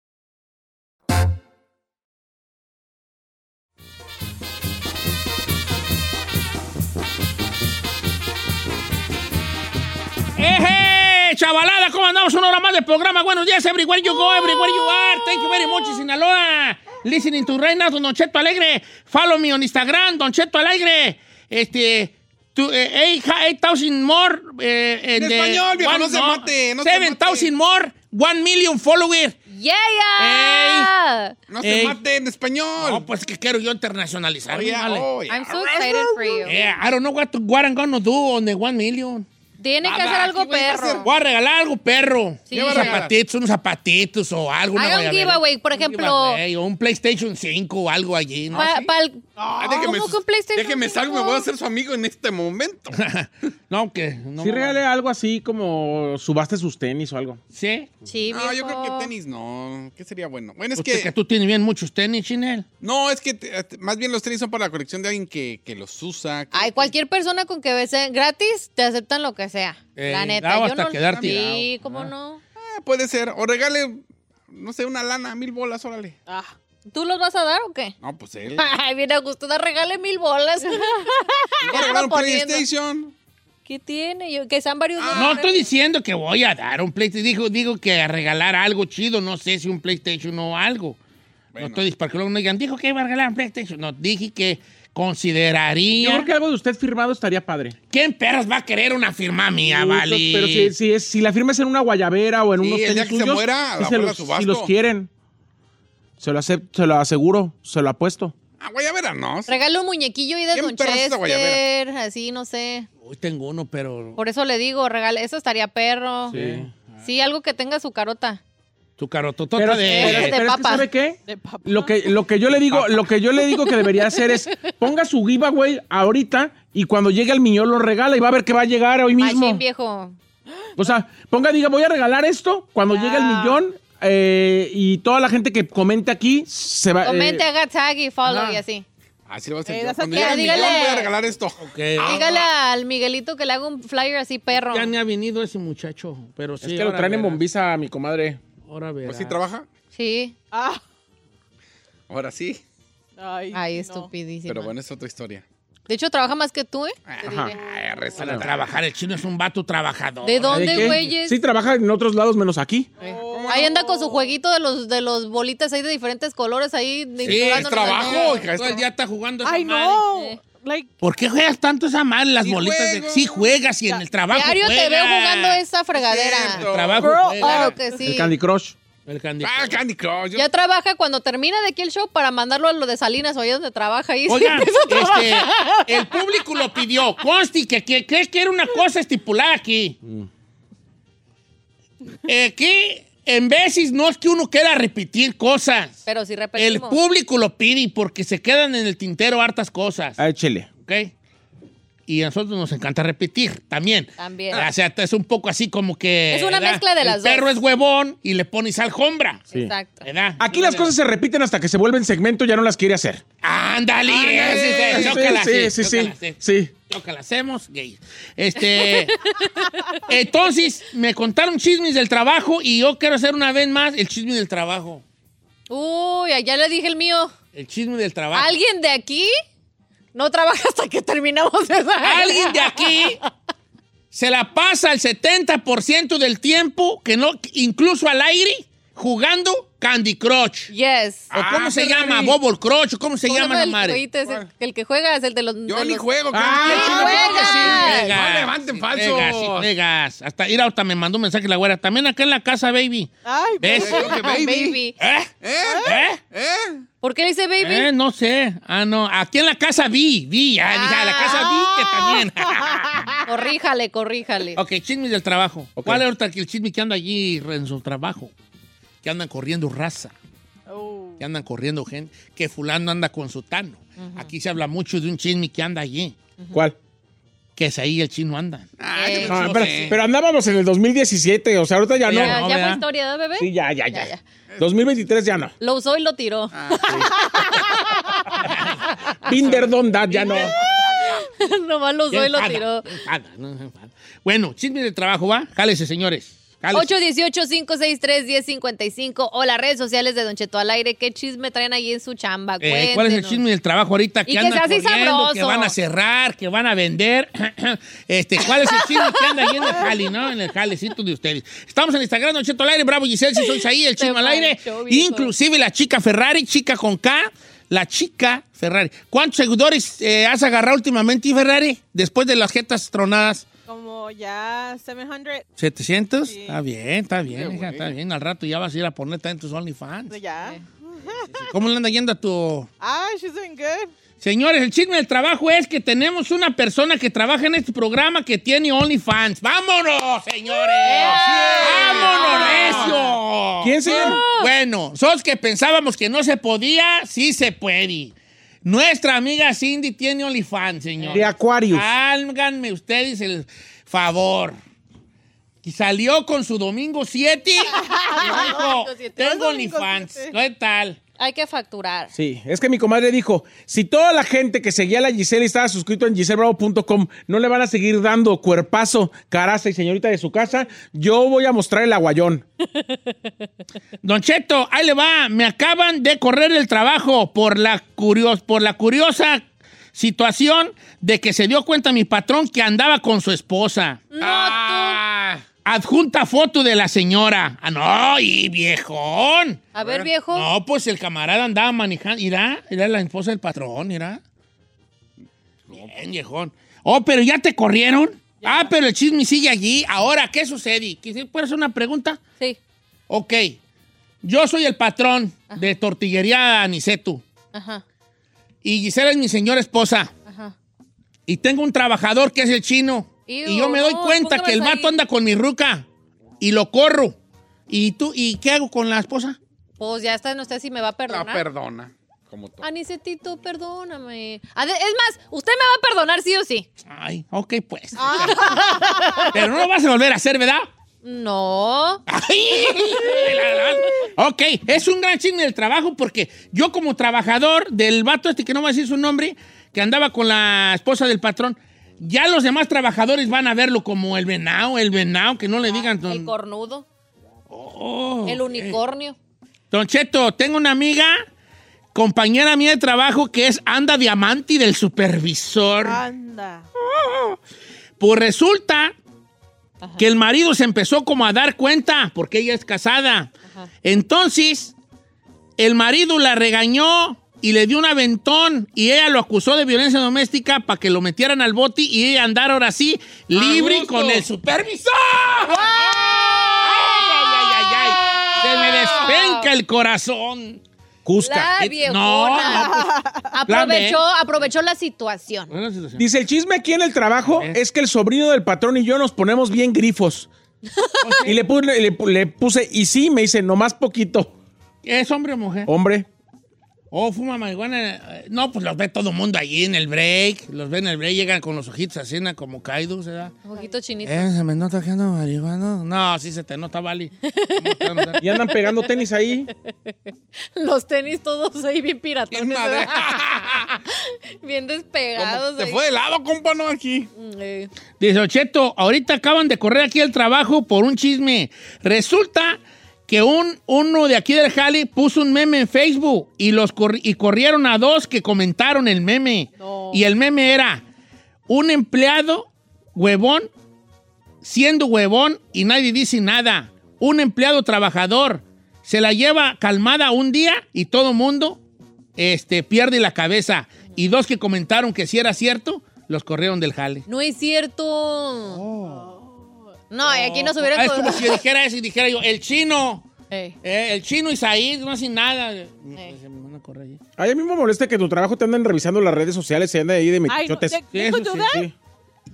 Speaker 3: ¡Eje! ¡Chavalada! ¿Cómo andamos? Una hora más del programa. Buenos días, everywhere you go, everywhere you are. Thank you very much, Sinaloa. Listening to Reina, Don Cheto Alegre. Follow me on Instagram, Don Cheto Alegre. Este... tu- eh, eight- 8,000 more. eh,
Speaker 6: En
Speaker 3: the
Speaker 6: español, viejo,
Speaker 3: one-
Speaker 6: no se mate, no se
Speaker 3: 7,000 more, 1 million followers.
Speaker 4: Yeah!
Speaker 6: ¡No
Speaker 3: Ey.
Speaker 6: se mate en español!
Speaker 3: No, pues que quiero yo internacionalizar.
Speaker 6: Oye, oh,
Speaker 3: vale.
Speaker 6: oye.
Speaker 4: I'm so excited for you.
Speaker 3: Yeah, I don't know what, to- what I'm gonna do on the 1 million.
Speaker 4: Tiene que hacer
Speaker 6: Nada,
Speaker 4: algo
Speaker 6: aquí Ah, voy a hacer-
Speaker 4: perro.
Speaker 3: Voy a regalar algo, perro. Unos
Speaker 4: Sí.
Speaker 6: ¿Qué va a regalar?
Speaker 3: zapatitos, unos zapatitos o algo. una
Speaker 4: Haga un
Speaker 3: guayabera.
Speaker 4: giveaway, por
Speaker 3: Un
Speaker 4: ejemplo.
Speaker 3: giveaway, o un PlayStation 5 o algo allí, ¿no?
Speaker 4: Pa-
Speaker 3: Sí.
Speaker 4: pa'l-
Speaker 6: Ah, déjeme,
Speaker 4: ¿Cómo este con PlayStation
Speaker 6: déjeme salgo, me
Speaker 4: cinco?
Speaker 6: voy a hacer su amigo en este momento.
Speaker 3: no, que no.
Speaker 5: Sí,
Speaker 3: me
Speaker 5: regale
Speaker 3: vale.
Speaker 5: algo así como subaste sus tenis o algo.
Speaker 3: Sí.
Speaker 4: Sí,
Speaker 6: No, yo creo
Speaker 4: viejo.
Speaker 6: que tenis no. ¿Qué sería bueno? Bueno, es
Speaker 3: Usted que
Speaker 6: que.
Speaker 3: Pues, tú tienes bien muchos tenis, Chinel.
Speaker 6: No, es que te- te- más bien los tenis son para la colección de alguien que, que los usa. que-
Speaker 4: Ay, cualquier persona con que besen gratis, te aceptan lo que sea.
Speaker 3: Eh,
Speaker 4: la neta,
Speaker 3: dao
Speaker 4: yo
Speaker 3: hasta
Speaker 4: no.
Speaker 3: quedar
Speaker 4: sí,
Speaker 3: tirado.
Speaker 4: cómo
Speaker 3: Ah.
Speaker 4: no.
Speaker 6: Ah, puede ser. O regale, no sé, una lana, mil bolas, órale.
Speaker 4: Ah. ¿Tú los vas a dar o qué?
Speaker 6: No, pues él.
Speaker 4: Ay, bien, Augusto, da regale mil bolas.
Speaker 6: Le voy a regalar un
Speaker 4: poniendo.
Speaker 6: PlayStation.
Speaker 4: ¿Qué tiene? Yo- que sean varios.
Speaker 3: No estoy diciendo que voy a dar un PlayStation. Digo, digo que a regalar algo chido. No sé si un PlayStation o algo. No
Speaker 6: Bueno.
Speaker 3: estoy dis- para que luego no digan, dijo que iba a regalar un PlayStation. No, dije que
Speaker 5: Yo
Speaker 3: consideraría.
Speaker 5: creo que algo de usted firmado estaría padre.
Speaker 3: ¿Quién perras va a querer una firma mía, vale?
Speaker 5: Pero si, si, es- si la firmas en una guayabera o en
Speaker 6: Sí,
Speaker 5: unos
Speaker 6: el
Speaker 5: tenis
Speaker 6: día que se
Speaker 5: suyos,
Speaker 6: muera, la
Speaker 5: y se
Speaker 6: guarda
Speaker 5: los-
Speaker 6: su vasto.
Speaker 5: si los quieren, se lo, acep- se lo aseguro, se lo apuesto.
Speaker 6: Ah, guayabera, no.
Speaker 4: Regale un muñequillo y de
Speaker 6: ¿Quién
Speaker 4: Don
Speaker 6: perro es esa
Speaker 4: Chester,
Speaker 6: guayabera?
Speaker 4: así, no sé.
Speaker 3: Hoy tengo uno, pero.
Speaker 4: Por eso le digo, regale, eso estaría perro. Sí,
Speaker 5: Sí.
Speaker 4: algo que tenga su carota.
Speaker 3: Tu carototota
Speaker 5: Pero,
Speaker 3: de.
Speaker 5: pero-
Speaker 4: de
Speaker 5: pero es que,
Speaker 4: papa.
Speaker 5: ¿sabe qué? Lo que, lo que yo le digo, lo que yo le digo que debería hacer es ponga su giveaway ahorita y cuando llegue el miñón lo regala y va a ver que va a llegar hoy mismo.
Speaker 4: Machín, viejo.
Speaker 5: O sea, ponga, diga, voy a regalar esto cuando llegue el millón eh, y toda la gente que comente aquí se va. eh,
Speaker 4: Comente, haga tag y follow
Speaker 5: ajá.
Speaker 4: y así.
Speaker 6: Así Ah, lo va a
Speaker 7: Eh,
Speaker 6: hacer.
Speaker 7: das
Speaker 6: yo. Cuando
Speaker 7: aquí,
Speaker 6: llegue el millón,
Speaker 4: dígale.
Speaker 6: voy a regalar esto.
Speaker 3: que
Speaker 4: Dígale al Miguelito que le haga un flyer así, perro.
Speaker 3: Ah, Ya me ha venido ese muchacho, pero sí.
Speaker 5: es que lo
Speaker 3: ahora
Speaker 5: traen en
Speaker 3: verás,
Speaker 5: bombiza a mi comadre.
Speaker 3: Ahora verás.
Speaker 6: Pues sí, trabaja.
Speaker 4: Sí.
Speaker 7: Ah.
Speaker 6: Ahora sí.
Speaker 7: Ay,
Speaker 4: Ay,
Speaker 7: sí, no.
Speaker 4: estupidísimo.
Speaker 6: Pero bueno, es otra historia.
Speaker 4: De hecho, trabaja más que tú, ¿eh?
Speaker 6: Ay, reza
Speaker 3: Para
Speaker 6: la-
Speaker 3: trabajar, el chino es un vato trabajador.
Speaker 4: ¿De
Speaker 5: ¿De
Speaker 4: dónde,
Speaker 5: qué?
Speaker 4: güeyes?
Speaker 5: Sí, trabaja en otros lados menos aquí.
Speaker 4: Ahí anda con su jueguito de los de los bolitas ahí de diferentes colores ahí. de-
Speaker 3: Sí, es
Speaker 4: jugándonos
Speaker 6: trabajo,
Speaker 4: a-
Speaker 6: hija.
Speaker 3: Todo el día está jugando esa
Speaker 7: Ay,
Speaker 3: madre.
Speaker 7: no.
Speaker 4: Eh.
Speaker 7: Like,
Speaker 3: ¿Por qué juegas tanto esa madre, las
Speaker 6: Sí
Speaker 3: bolitas? De...
Speaker 6: juego.
Speaker 3: Sí juegas y en el trabajo
Speaker 4: Diario te
Speaker 3: juegas.
Speaker 4: veo jugando esa fregadera.
Speaker 6: cierto.
Speaker 3: El trabajo
Speaker 7: Grow
Speaker 3: juegas.
Speaker 4: Claro que sí.
Speaker 5: El Candy Crush.
Speaker 3: El Candy
Speaker 6: Ah,
Speaker 3: Crush.
Speaker 6: Candy Crush. yo-
Speaker 4: Ya trabaja cuando termina de aquí el show para mandarlo a lo de Salinas o ahí donde trabaja. Ahí
Speaker 3: Oigan,
Speaker 4: siempre se trabaja.
Speaker 3: este, el público lo pidió. Consti, que, que crees que era una cosa estipulada aquí.
Speaker 4: Mm.
Speaker 3: Aquí, en veces, no es que uno quiera repetir cosas.
Speaker 4: Pero si
Speaker 3: El
Speaker 4: repetimos.
Speaker 3: público lo pide porque se quedan en el tintero hartas cosas.
Speaker 5: Ah, Échele.
Speaker 3: ¿Ok? y a nosotros nos encanta repetir también.
Speaker 4: También.
Speaker 3: O sea, es un poco así como que...
Speaker 4: Es una mezcla de
Speaker 3: El
Speaker 4: las dos.
Speaker 3: perro es huevón y le pones alfombra.
Speaker 5: Sí.
Speaker 4: Exacto.
Speaker 3: ¿verdad?
Speaker 5: Aquí las cosas se repiten hasta que se vuelven segmento, ya no las quiere hacer.
Speaker 3: ¡Ándale!
Speaker 5: Ah, Sí,
Speaker 3: ese, chócala,
Speaker 5: sí, sí, sí,
Speaker 3: chócala, sí.
Speaker 5: sí.
Speaker 3: Lo que la hacemos, gay. Este. entonces, me contaron chismes del trabajo y yo quiero hacer una vez más el chisme del trabajo.
Speaker 4: Uy, allá le dije el mío.
Speaker 3: El chisme del trabajo.
Speaker 4: ¿Alguien de aquí no trabaja hasta que terminamos esa?
Speaker 3: Alguien de aquí se la pasa el 70% del tiempo, que no, incluso al aire, jugando Candy Crush.
Speaker 4: Yes.
Speaker 3: ¿O cómo
Speaker 5: Ah,
Speaker 3: se
Speaker 5: Ferrari.
Speaker 3: llama? Bobble Crush. ¿o ¿Cómo se
Speaker 4: ¿Cómo
Speaker 3: llama la
Speaker 4: el,
Speaker 3: madre?
Speaker 4: jueguito ese? el que juega es el de los.
Speaker 6: Yo
Speaker 4: de
Speaker 6: ni
Speaker 4: los-
Speaker 6: juego,
Speaker 5: Ah,
Speaker 6: cabrón.
Speaker 4: juegas.
Speaker 6: No levanten falsos.
Speaker 3: Negas, sí, negas. Hasta ir ahorita me mandó un mensaje la güera. También acá en la casa, baby.
Speaker 7: Ay,
Speaker 3: ¿Ves?
Speaker 6: Yo
Speaker 4: Ah,
Speaker 6: que baby.
Speaker 4: baby.
Speaker 3: ¿Eh?
Speaker 6: ¿Eh?
Speaker 3: ¿Eh?
Speaker 6: ¿Eh?
Speaker 4: ¿Por qué le dice baby?
Speaker 3: Eh, no sé. Ah, no. Aquí en la casa vi, vi. Ah, dije, a la casa vi que también.
Speaker 4: Corríjale, corríjale.
Speaker 3: ok, chisme del trabajo. ¿Cuál es ahorita el chisme que anda allí en su trabajo? Que andan corriendo raza.
Speaker 7: Oh.
Speaker 3: Que andan corriendo gente. Que fulano anda con sotano. Aquí se habla mucho de un chisme que anda allí.
Speaker 5: ¿Cuál?
Speaker 3: Que es ahí el chino anda.
Speaker 6: Ay,
Speaker 4: Eh.
Speaker 6: qué
Speaker 5: Ah,
Speaker 6: macho,
Speaker 5: pero,
Speaker 6: eh.
Speaker 5: pero andábamos en el 2017, o sea, ahorita
Speaker 4: ya,
Speaker 5: ya no.
Speaker 3: no,
Speaker 4: ya fue
Speaker 3: ¿verdad?
Speaker 4: historia, ¿no, bebé?
Speaker 5: Sí, ya, ya,
Speaker 4: Ya,
Speaker 5: ya. 2023 ya no.
Speaker 4: Lo usó y lo tiró.
Speaker 5: Binder Don Dad ya no.
Speaker 4: Nomás lo usó y lo
Speaker 3: Enfada,
Speaker 4: tiró.
Speaker 3: enfada, no, enfada. Bueno, chisme del trabajo, ¿va? Jálese, señores. Jálese.
Speaker 4: 818-563-1055 o las redes sociales de Don Cheto al aire. ¿Qué chisme traen ahí en su chamba?
Speaker 3: Eh, ¿Cuál es el
Speaker 4: Cuéntenos.
Speaker 3: chisme del trabajo ahorita?
Speaker 4: Y que
Speaker 3: andan
Speaker 4: sea así
Speaker 3: corriendo,
Speaker 4: sabroso.
Speaker 3: Que van a cerrar, que van a vender. este, ¿Cuál es el chisme que anda ahí en el jale, no? En el jalecito de ustedes. Estamos en Instagram, Don Cheto al aire. Bravo, Giselle, si sois ahí, el
Speaker 4: Te
Speaker 3: chisme al aire.
Speaker 4: manchó, viejo.
Speaker 3: Inclusive la chica Ferrari, chica con K. La chica Ferrari. ¿Cuántos seguidores eh, has agarrado últimamente, Ferrari? Después de las jetas tronadas.
Speaker 7: Como ya 700.
Speaker 3: 700?
Speaker 7: Sí.
Speaker 3: Está bien, está bien, hija, está bien. Al rato ya vas a ir a ponerte en tus OnlyFans.
Speaker 4: Pues
Speaker 7: Ya.
Speaker 3: ¿Cómo le anda yendo a tu...?
Speaker 7: Ay, she's doing good.
Speaker 3: Señores, el chisme del trabajo es que tenemos una persona que trabaja en este programa que tiene OnlyFans. ¡Vámonos, señores! ¡Vámonos, necio!
Speaker 5: ¿Quién se
Speaker 3: Bueno, sos que pensábamos que no se podía, sí se puede. Nuestra amiga Cindy tiene OnlyFans, señores.
Speaker 5: De Aquarius.
Speaker 3: Háganme ustedes el favor. Y salió con su domingo 7 y dijo,
Speaker 4: Domingo siete.
Speaker 3: tengo
Speaker 7: Domingo
Speaker 3: OnlyFans.
Speaker 7: siete.
Speaker 3: ¿Qué tal?
Speaker 4: Hay que facturar.
Speaker 5: Sí, es que mi comadre dijo, si toda la gente que seguía a la Giselle y estaba suscrito en giselbravo.com no le van a seguir dando cuerpazo, caraza y señorita de su casa, yo voy a mostrar el aguayón.
Speaker 3: Don Cheto, ahí le va. Me acaban de correr el trabajo por la, curios- por la curiosa situación de que se dio cuenta mi patrón que andaba con su esposa.
Speaker 4: No,
Speaker 3: Ah, Adjunta foto de la señora. Ah, no, y viejón.
Speaker 4: tú. A ver, viejo.
Speaker 3: No, pues el camarada andaba manejando. Irá, era la esposa del patrón, irá. Bien, viejón. Oh, pero ya te corrieron. Ah, pero el chisme sigue allí. Ahora, ¿qué sucede? Quisiera- ¿Puedo hacer una pregunta?
Speaker 4: Sí.
Speaker 3: Ok, yo soy el patrón de Tortillería Aniceto
Speaker 4: Ajá,
Speaker 3: y Gisela es mi señora esposa
Speaker 4: ajá.
Speaker 3: y tengo un trabajador que es el chino
Speaker 4: Ew,
Speaker 3: y yo me doy
Speaker 4: no,
Speaker 3: cuenta que el
Speaker 4: póngamelas
Speaker 3: vato
Speaker 4: ahí.
Speaker 3: anda con mi ruca y lo corro. ¿Y tú? ¿Y qué hago con la esposa?
Speaker 4: Pues ya está, no sé si me va a
Speaker 6: La
Speaker 4: perdonar.
Speaker 6: perdona. Como todo.
Speaker 4: Anisetito, perdóname. A ver, es más, usted me va a perdonar sí o sí.
Speaker 3: Ay, ok, pues.
Speaker 4: Ah.
Speaker 3: Pero no lo vas a volver a hacer, ¿verdad?
Speaker 4: No.
Speaker 3: Ay, ok, es un gran chisme del trabajo porque yo como trabajador del vato este que no va a decir su nombre, que andaba con la esposa del patrón, ya los demás trabajadores van a verlo como el venado, el venado, que no le digan...
Speaker 4: El
Speaker 3: Don,
Speaker 4: cornudo,
Speaker 3: Oh,
Speaker 4: el
Speaker 3: ok.
Speaker 4: unicornio.
Speaker 3: Don Cheto, tengo una amiga, compañera mía de trabajo, que es Anda Diamante del supervisor.
Speaker 7: Ah, Anda.
Speaker 3: Pues resulta que el marido se empezó como a dar cuenta, porque ella es casada. Entonces, el marido la regañó y le dio un aventón y ella lo acusó de violencia doméstica para que lo metieran al boti y ella andar ahora sí libre
Speaker 6: gusto.
Speaker 3: con el supervisor. ¡Ay, ay, ay, ay, ay! Se me despenca el corazón.
Speaker 5: Cusca.
Speaker 4: La
Speaker 3: Eh,
Speaker 4: viejona.
Speaker 3: no, no, pues,
Speaker 4: Aprovechó, aprovechó la situación.
Speaker 3: Buena situación.
Speaker 5: Dice, el chisme aquí en el trabajo es que el sobrino del patrón y yo nos ponemos bien grifos. Y le puse, le, le puse, y sí, me dice, nomás poquito.
Speaker 3: ¿Es hombre o mujer?
Speaker 5: Hombre,
Speaker 3: Oh, fuma marihuana. eh, No, pues los ve todo el mundo allí en el break. Los ve en el break, llegan con los ojitos así, ¿no? como caídos, ¿verdad?
Speaker 4: Ojito chinito.
Speaker 3: Eh, se me nota que ando marihuana. No, sí se te nota, Vali. ¿Cómo te andas?
Speaker 5: Y andan pegando tenis ahí.
Speaker 4: Los tenis todos ahí bien
Speaker 6: Es
Speaker 4: piratones.
Speaker 6: madre.
Speaker 4: bien
Speaker 6: ¿Cómo
Speaker 4: despegados.
Speaker 6: Te
Speaker 4: ahí.
Speaker 6: fue de lado, compa, no aquí.
Speaker 4: Eh,
Speaker 3: Dice Ocheto, ahorita acaban de correr aquí el trabajo por un chisme. Resulta que un, uno de aquí del Jali puso un meme en Facebook y, los corri- y corrieron a dos que comentaron el meme.
Speaker 7: No.
Speaker 3: Y el meme era un empleado huevón siendo huevón y nadie dice nada. Un empleado trabajador se la lleva calmada un día y todo mundo este, pierde la cabeza. Y dos que comentaron que si era cierto, los corrieron del jale.
Speaker 4: No es cierto. No, y aquí nos hubieran
Speaker 3: Oh. Ah, es como
Speaker 4: co-
Speaker 3: si dijera eso y dijera yo, el chino,
Speaker 4: Eh,
Speaker 3: eh, el chino Isaí, no hace nada. Pues,
Speaker 4: Eh.
Speaker 3: Me van a correr ahí.
Speaker 5: A mí me molesta que en tu trabajo te andan revisando las redes sociales y andan ahí de
Speaker 7: Ay, no,
Speaker 5: mechotes.
Speaker 7: ¿they, they could
Speaker 3: eso
Speaker 7: do
Speaker 3: sí,
Speaker 7: that?
Speaker 5: Sí.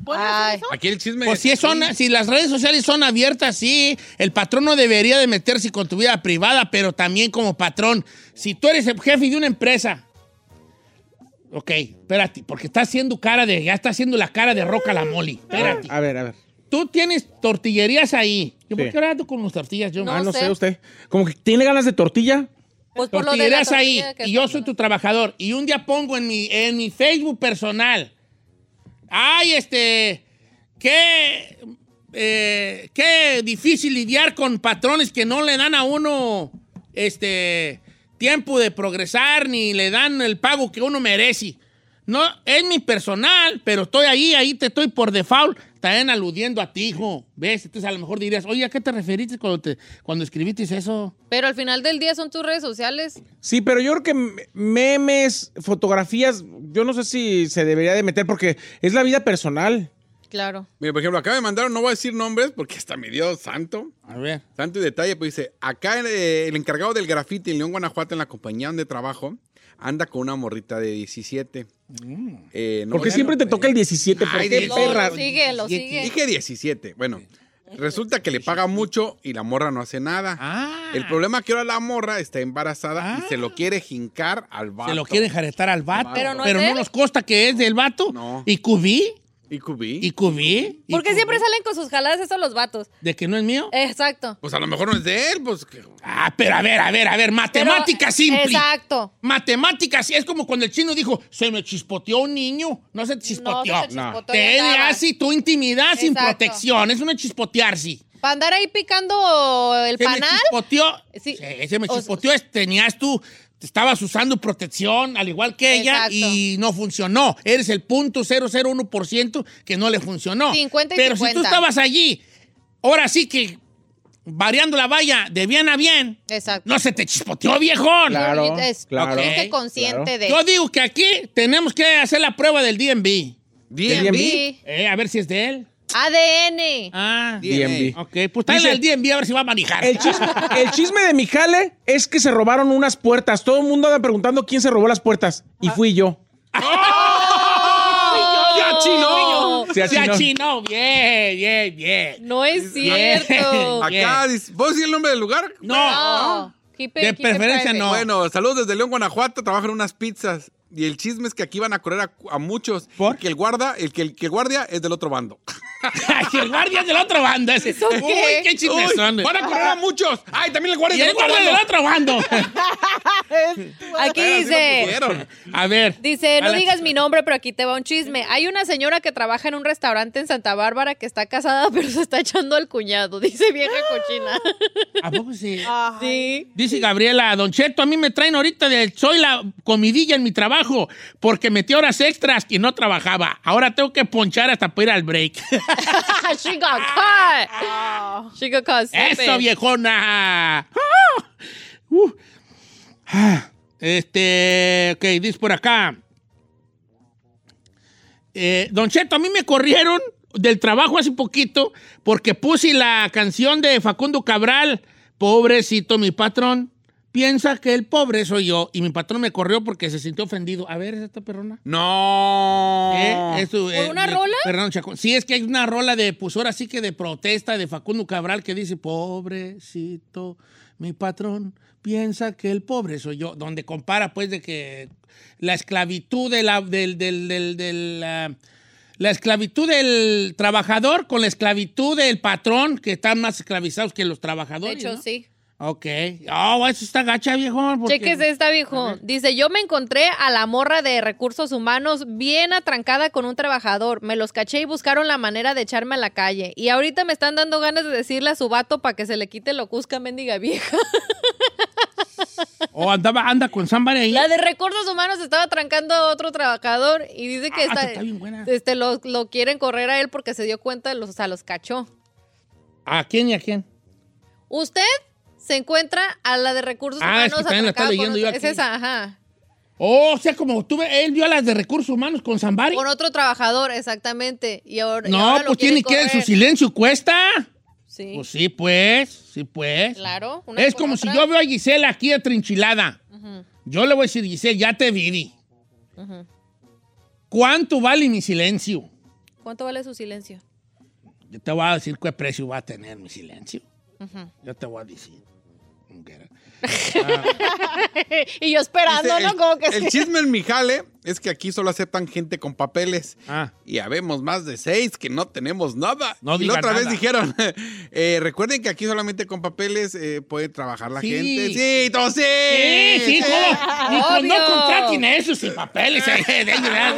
Speaker 7: ¿Pueden
Speaker 4: Ay.
Speaker 7: hacer eso?
Speaker 6: Aquí el chisme.
Speaker 3: Pues si, son, si las redes sociales son abiertas, sí, el patrón no debería de meterse con tu vida privada, pero también como patrón. Si tú eres el jefe de una empresa, ok, espérate, porque está haciendo cara de, ya está haciendo la cara de Roca la Moli. Espérate.
Speaker 5: A ver, a ver.
Speaker 3: Tú tienes tortillerías ahí. Yo, ¿por
Speaker 5: Ah, Sí.
Speaker 3: qué ahora ando con las tortillas? Yo,
Speaker 4: No
Speaker 5: ah, no sé.
Speaker 4: sé.
Speaker 5: usted. Como que tiene ganas de tortilla.
Speaker 4: pues por lo de la
Speaker 3: tortillerías ahí
Speaker 4: tortilla que
Speaker 3: y yo
Speaker 4: está-
Speaker 3: soy tu trabajador y un día pongo en mi, en mi Facebook personal, ay, este, qué, eh, qué difícil lidiar con patrones que no le dan a uno, este, tiempo de progresar ni le dan el pago que uno merece. No, es mi personal, pero estoy ahí, ahí te estoy por default, también aludiendo a ti, hijo. ¿Ves? Entonces a lo mejor dirías, oye, ¿a qué te referiste cuando, te, cuando escribiste eso?
Speaker 4: Pero al final del día son tus redes sociales.
Speaker 5: Sí, pero yo creo que m- memes, fotografías, yo no sé si se debería de meter porque es la vida personal.
Speaker 4: Claro.
Speaker 6: Mira, por ejemplo, acá me mandaron, no voy a decir nombres porque hasta me dio santo.
Speaker 3: A ver.
Speaker 6: Tanto y detalle, pues dice, acá eh, el encargado del grafiti en León, Guanajuato, en la compañía donde trabajo, anda con una morrita de 17. Eh, no,
Speaker 5: Mm. Porque
Speaker 6: ya
Speaker 5: siempre
Speaker 6: no-
Speaker 5: te toca el 17, ¿por
Speaker 6: Ay,
Speaker 5: qué,
Speaker 6: Dios.
Speaker 4: Lo,
Speaker 5: perra?
Speaker 4: lo sigue, lo sigue.
Speaker 6: Dije 17, bueno. Resulta que le paga mucho y la morra no hace nada.
Speaker 3: Ah.
Speaker 6: El problema que ahora la morra está embarazada y se lo quiere jincar al vato.
Speaker 3: Se lo quieren jaretar al vato. Pero
Speaker 6: Pero
Speaker 3: no,
Speaker 4: no es de él.
Speaker 3: nos consta que es del vato.
Speaker 6: No.
Speaker 3: Y cubí,
Speaker 6: ¿Y cubí?
Speaker 3: y cubí. y
Speaker 4: ¿Por qué
Speaker 3: cubí.
Speaker 4: siempre salen con sus jaladas esos los vatos?
Speaker 3: ¿De que no es mío?
Speaker 4: Exacto.
Speaker 6: Pues a lo mejor no es de él, pues... que-
Speaker 3: Ah, pero a ver, a ver, a ver.
Speaker 4: Pero-
Speaker 3: Matemática simple.
Speaker 4: Exacto.
Speaker 3: Matemáticas, sí, es como cuando el chino dijo, se me chispoteó un niño. No se te chispoteó.
Speaker 4: No, se te chispoteó, ya
Speaker 3: TDA,
Speaker 4: andaba.
Speaker 3: sí, tu intimidad sin
Speaker 4: Exacto.
Speaker 3: protección. Es una chispotearse.
Speaker 4: Para andar ahí picando el
Speaker 3: Se me
Speaker 4: panal.
Speaker 3: chispoteó.
Speaker 4: Sí.
Speaker 3: Sí, se me
Speaker 4: O-
Speaker 3: chispoteó. es- Tenías tú, te estabas usando protección al igual que ella
Speaker 4: Exacto.
Speaker 3: y no funcionó. Eres el punto 001% que no le funcionó.
Speaker 4: 50 y
Speaker 3: Pero si tú
Speaker 4: 50.
Speaker 3: estabas allí, ahora sí que variando la valla de bien a bien,
Speaker 4: Exacto.
Speaker 3: no se te chispoteó, viejón.
Speaker 5: Claro,
Speaker 4: Es-
Speaker 5: claro.
Speaker 4: Tienes
Speaker 3: Ok,
Speaker 4: que consciente
Speaker 3: Yo digo que aquí tenemos que hacer la prueba del DMV.
Speaker 6: DMV.
Speaker 4: de.
Speaker 3: Eh, a ver si es de él.
Speaker 4: ADN.
Speaker 3: Ah,
Speaker 5: DMV.
Speaker 3: ok. Pues está
Speaker 5: Dice-
Speaker 3: al DMV a ver si va a manejar.
Speaker 5: El chisme, el chisme de mi jale es que se robaron unas puertas. Todo el mundo anda preguntando quién se robó las puertas. Y fui yo.
Speaker 3: ¡Se achinó!
Speaker 5: Se
Speaker 3: Se
Speaker 5: achinó.
Speaker 3: achinó. Bien, bien, bien.
Speaker 4: No es cierto.
Speaker 3: Bien.
Speaker 6: Acá, dice- ¿puedo decir el nombre del lugar?
Speaker 3: No.
Speaker 4: Keep it-
Speaker 3: De
Speaker 4: keep it
Speaker 3: preferencia
Speaker 4: private.
Speaker 3: no.
Speaker 6: Bueno, saludos desde León, Guanajuato. Trabajan en unas pizzas. Y el chisme es que aquí van a correr a, a muchos.
Speaker 3: ¿Por?
Speaker 6: Que el guarda, el que el, que el guardia es del otro bando.
Speaker 3: Ay, el guardia es de la otra banda ese. Uy,
Speaker 4: qué?
Speaker 3: qué
Speaker 6: Uy,
Speaker 3: chismesón.
Speaker 6: van a correr a muchos. Ay, también el guardia
Speaker 3: Y
Speaker 6: es del
Speaker 3: el guardia
Speaker 6: otro bando.
Speaker 3: del otro bando.
Speaker 4: Aquí
Speaker 6: Ay, así no
Speaker 4: dice.
Speaker 6: pudieron.
Speaker 3: A ver.
Speaker 4: Dice,
Speaker 3: A
Speaker 4: no
Speaker 3: la-
Speaker 4: digas mi nombre, pero aquí te va un chisme. Hay una señora que trabaja en un restaurante en Santa Bárbara que está casada, pero se está echando al cuñado. Dice vieja cochina.
Speaker 3: ¿A poco sí?
Speaker 4: Sí.
Speaker 3: Dice Gabriela, Don Cheto, a mí me traen ahorita de soy la comidilla en mi trabajo porque metí horas extras y no trabajaba. Ahora tengo que ponchar hasta para ir al break.
Speaker 4: She got caught. She got caught.
Speaker 3: ¡Eso,
Speaker 4: sleeping.
Speaker 3: viejona! ¡Ah! Uh. Ah. Este, ok, dice por acá. Eh, don Cheto, a mí me corrieron del trabajo hace poquito porque puse la canción de Facundo Cabral, Pobrecito mi patrón, Piensa que el pobre soy yo y mi patrón me corrió porque se sintió ofendido. A ver, ¿es esta perrona?
Speaker 6: No.
Speaker 3: ¿Eh? Es su-
Speaker 4: Ah. ¿Por
Speaker 3: eh,
Speaker 4: una
Speaker 3: mi-
Speaker 4: rola?
Speaker 3: Fernando Chacón. Sí, es que hay una rola de, pues ahora sí que de protesta de Facundo Cabral que dice, pobrecito, mi patrón piensa que el pobre soy yo. Donde compara, pues, de que la esclavitud de la, del, del, del, del, ah, la esclavitud del trabajador con la esclavitud del patrón, que están más esclavizados que los
Speaker 4: De
Speaker 3: trabajadores.
Speaker 4: hecho,
Speaker 3: ¿no?
Speaker 4: sí.
Speaker 3: Ok. Oh, eso está gacha, viejón. porque-
Speaker 4: Chequese esta, viejo. Dice, yo me encontré a la morra de recursos humanos bien atrancada con un trabajador. Me los caché y buscaron la manera de echarme a la calle. Y ahorita me están dando ganas de decirle a su vato para que se le quite lo cusca, mendiga vieja.
Speaker 3: O Oh, andaba, anda con somebody ahí.
Speaker 4: La de recursos humanos estaba atrancando a otro trabajador y dice que
Speaker 3: Ah,
Speaker 4: está,
Speaker 3: está bien buena.
Speaker 4: este, lo, lo quieren correr a él porque se dio cuenta de los, o sea, los cachó.
Speaker 3: ¿A quién y a quién?
Speaker 4: Usted se encuentra a la de recursos
Speaker 3: Ah, es que
Speaker 4: humanos
Speaker 3: también la está
Speaker 4: atrancada con
Speaker 3: leyendo yo
Speaker 4: otro-
Speaker 3: aquí.
Speaker 4: Es esa, ajá.
Speaker 3: Oh, o sea, como tuve, él vio a las de recursos humanos con Zambari.
Speaker 4: Con otro trabajador, exactamente. Y ahora, y
Speaker 3: No,
Speaker 4: ahora lo
Speaker 3: pues tiene que
Speaker 4: quieren
Speaker 3: su
Speaker 4: correr.
Speaker 3: silencio cuesta.
Speaker 4: Sí,
Speaker 3: Pues sí, pues, sí, pues.
Speaker 4: claro. una
Speaker 3: es
Speaker 4: por
Speaker 3: como
Speaker 4: otra.
Speaker 3: si yo veo a Gisela aquí atrinchilada. Yo le voy a decir, Gisela, ya te vi. di. ¿Cuánto vale mi silencio?
Speaker 4: ¿Cuánto vale su silencio?
Speaker 3: Yo te voy a decir qué precio va a tener mi silencio. Yo te voy a decir. Mujer.
Speaker 4: y yo esperando,
Speaker 6: Dice,
Speaker 4: ¿no?
Speaker 6: el-
Speaker 4: como que
Speaker 6: el
Speaker 4: sí.
Speaker 6: chisme en mi jale es que aquí solo aceptan gente con papeles.
Speaker 3: Ah.
Speaker 6: Y habemos más de seis que no tenemos nada.
Speaker 3: No
Speaker 6: y la
Speaker 3: diga
Speaker 6: otra vez
Speaker 3: nada.
Speaker 6: dijeron, eh, recuerden que aquí solamente con papeles eh, puede trabajar la
Speaker 3: Sí.
Speaker 6: gente. Sí, todos sí.
Speaker 3: Sí, sí, ¿cómo? Ni con- no
Speaker 4: Obvio.
Speaker 3: contraten eso sin papeles. eh, de verdad.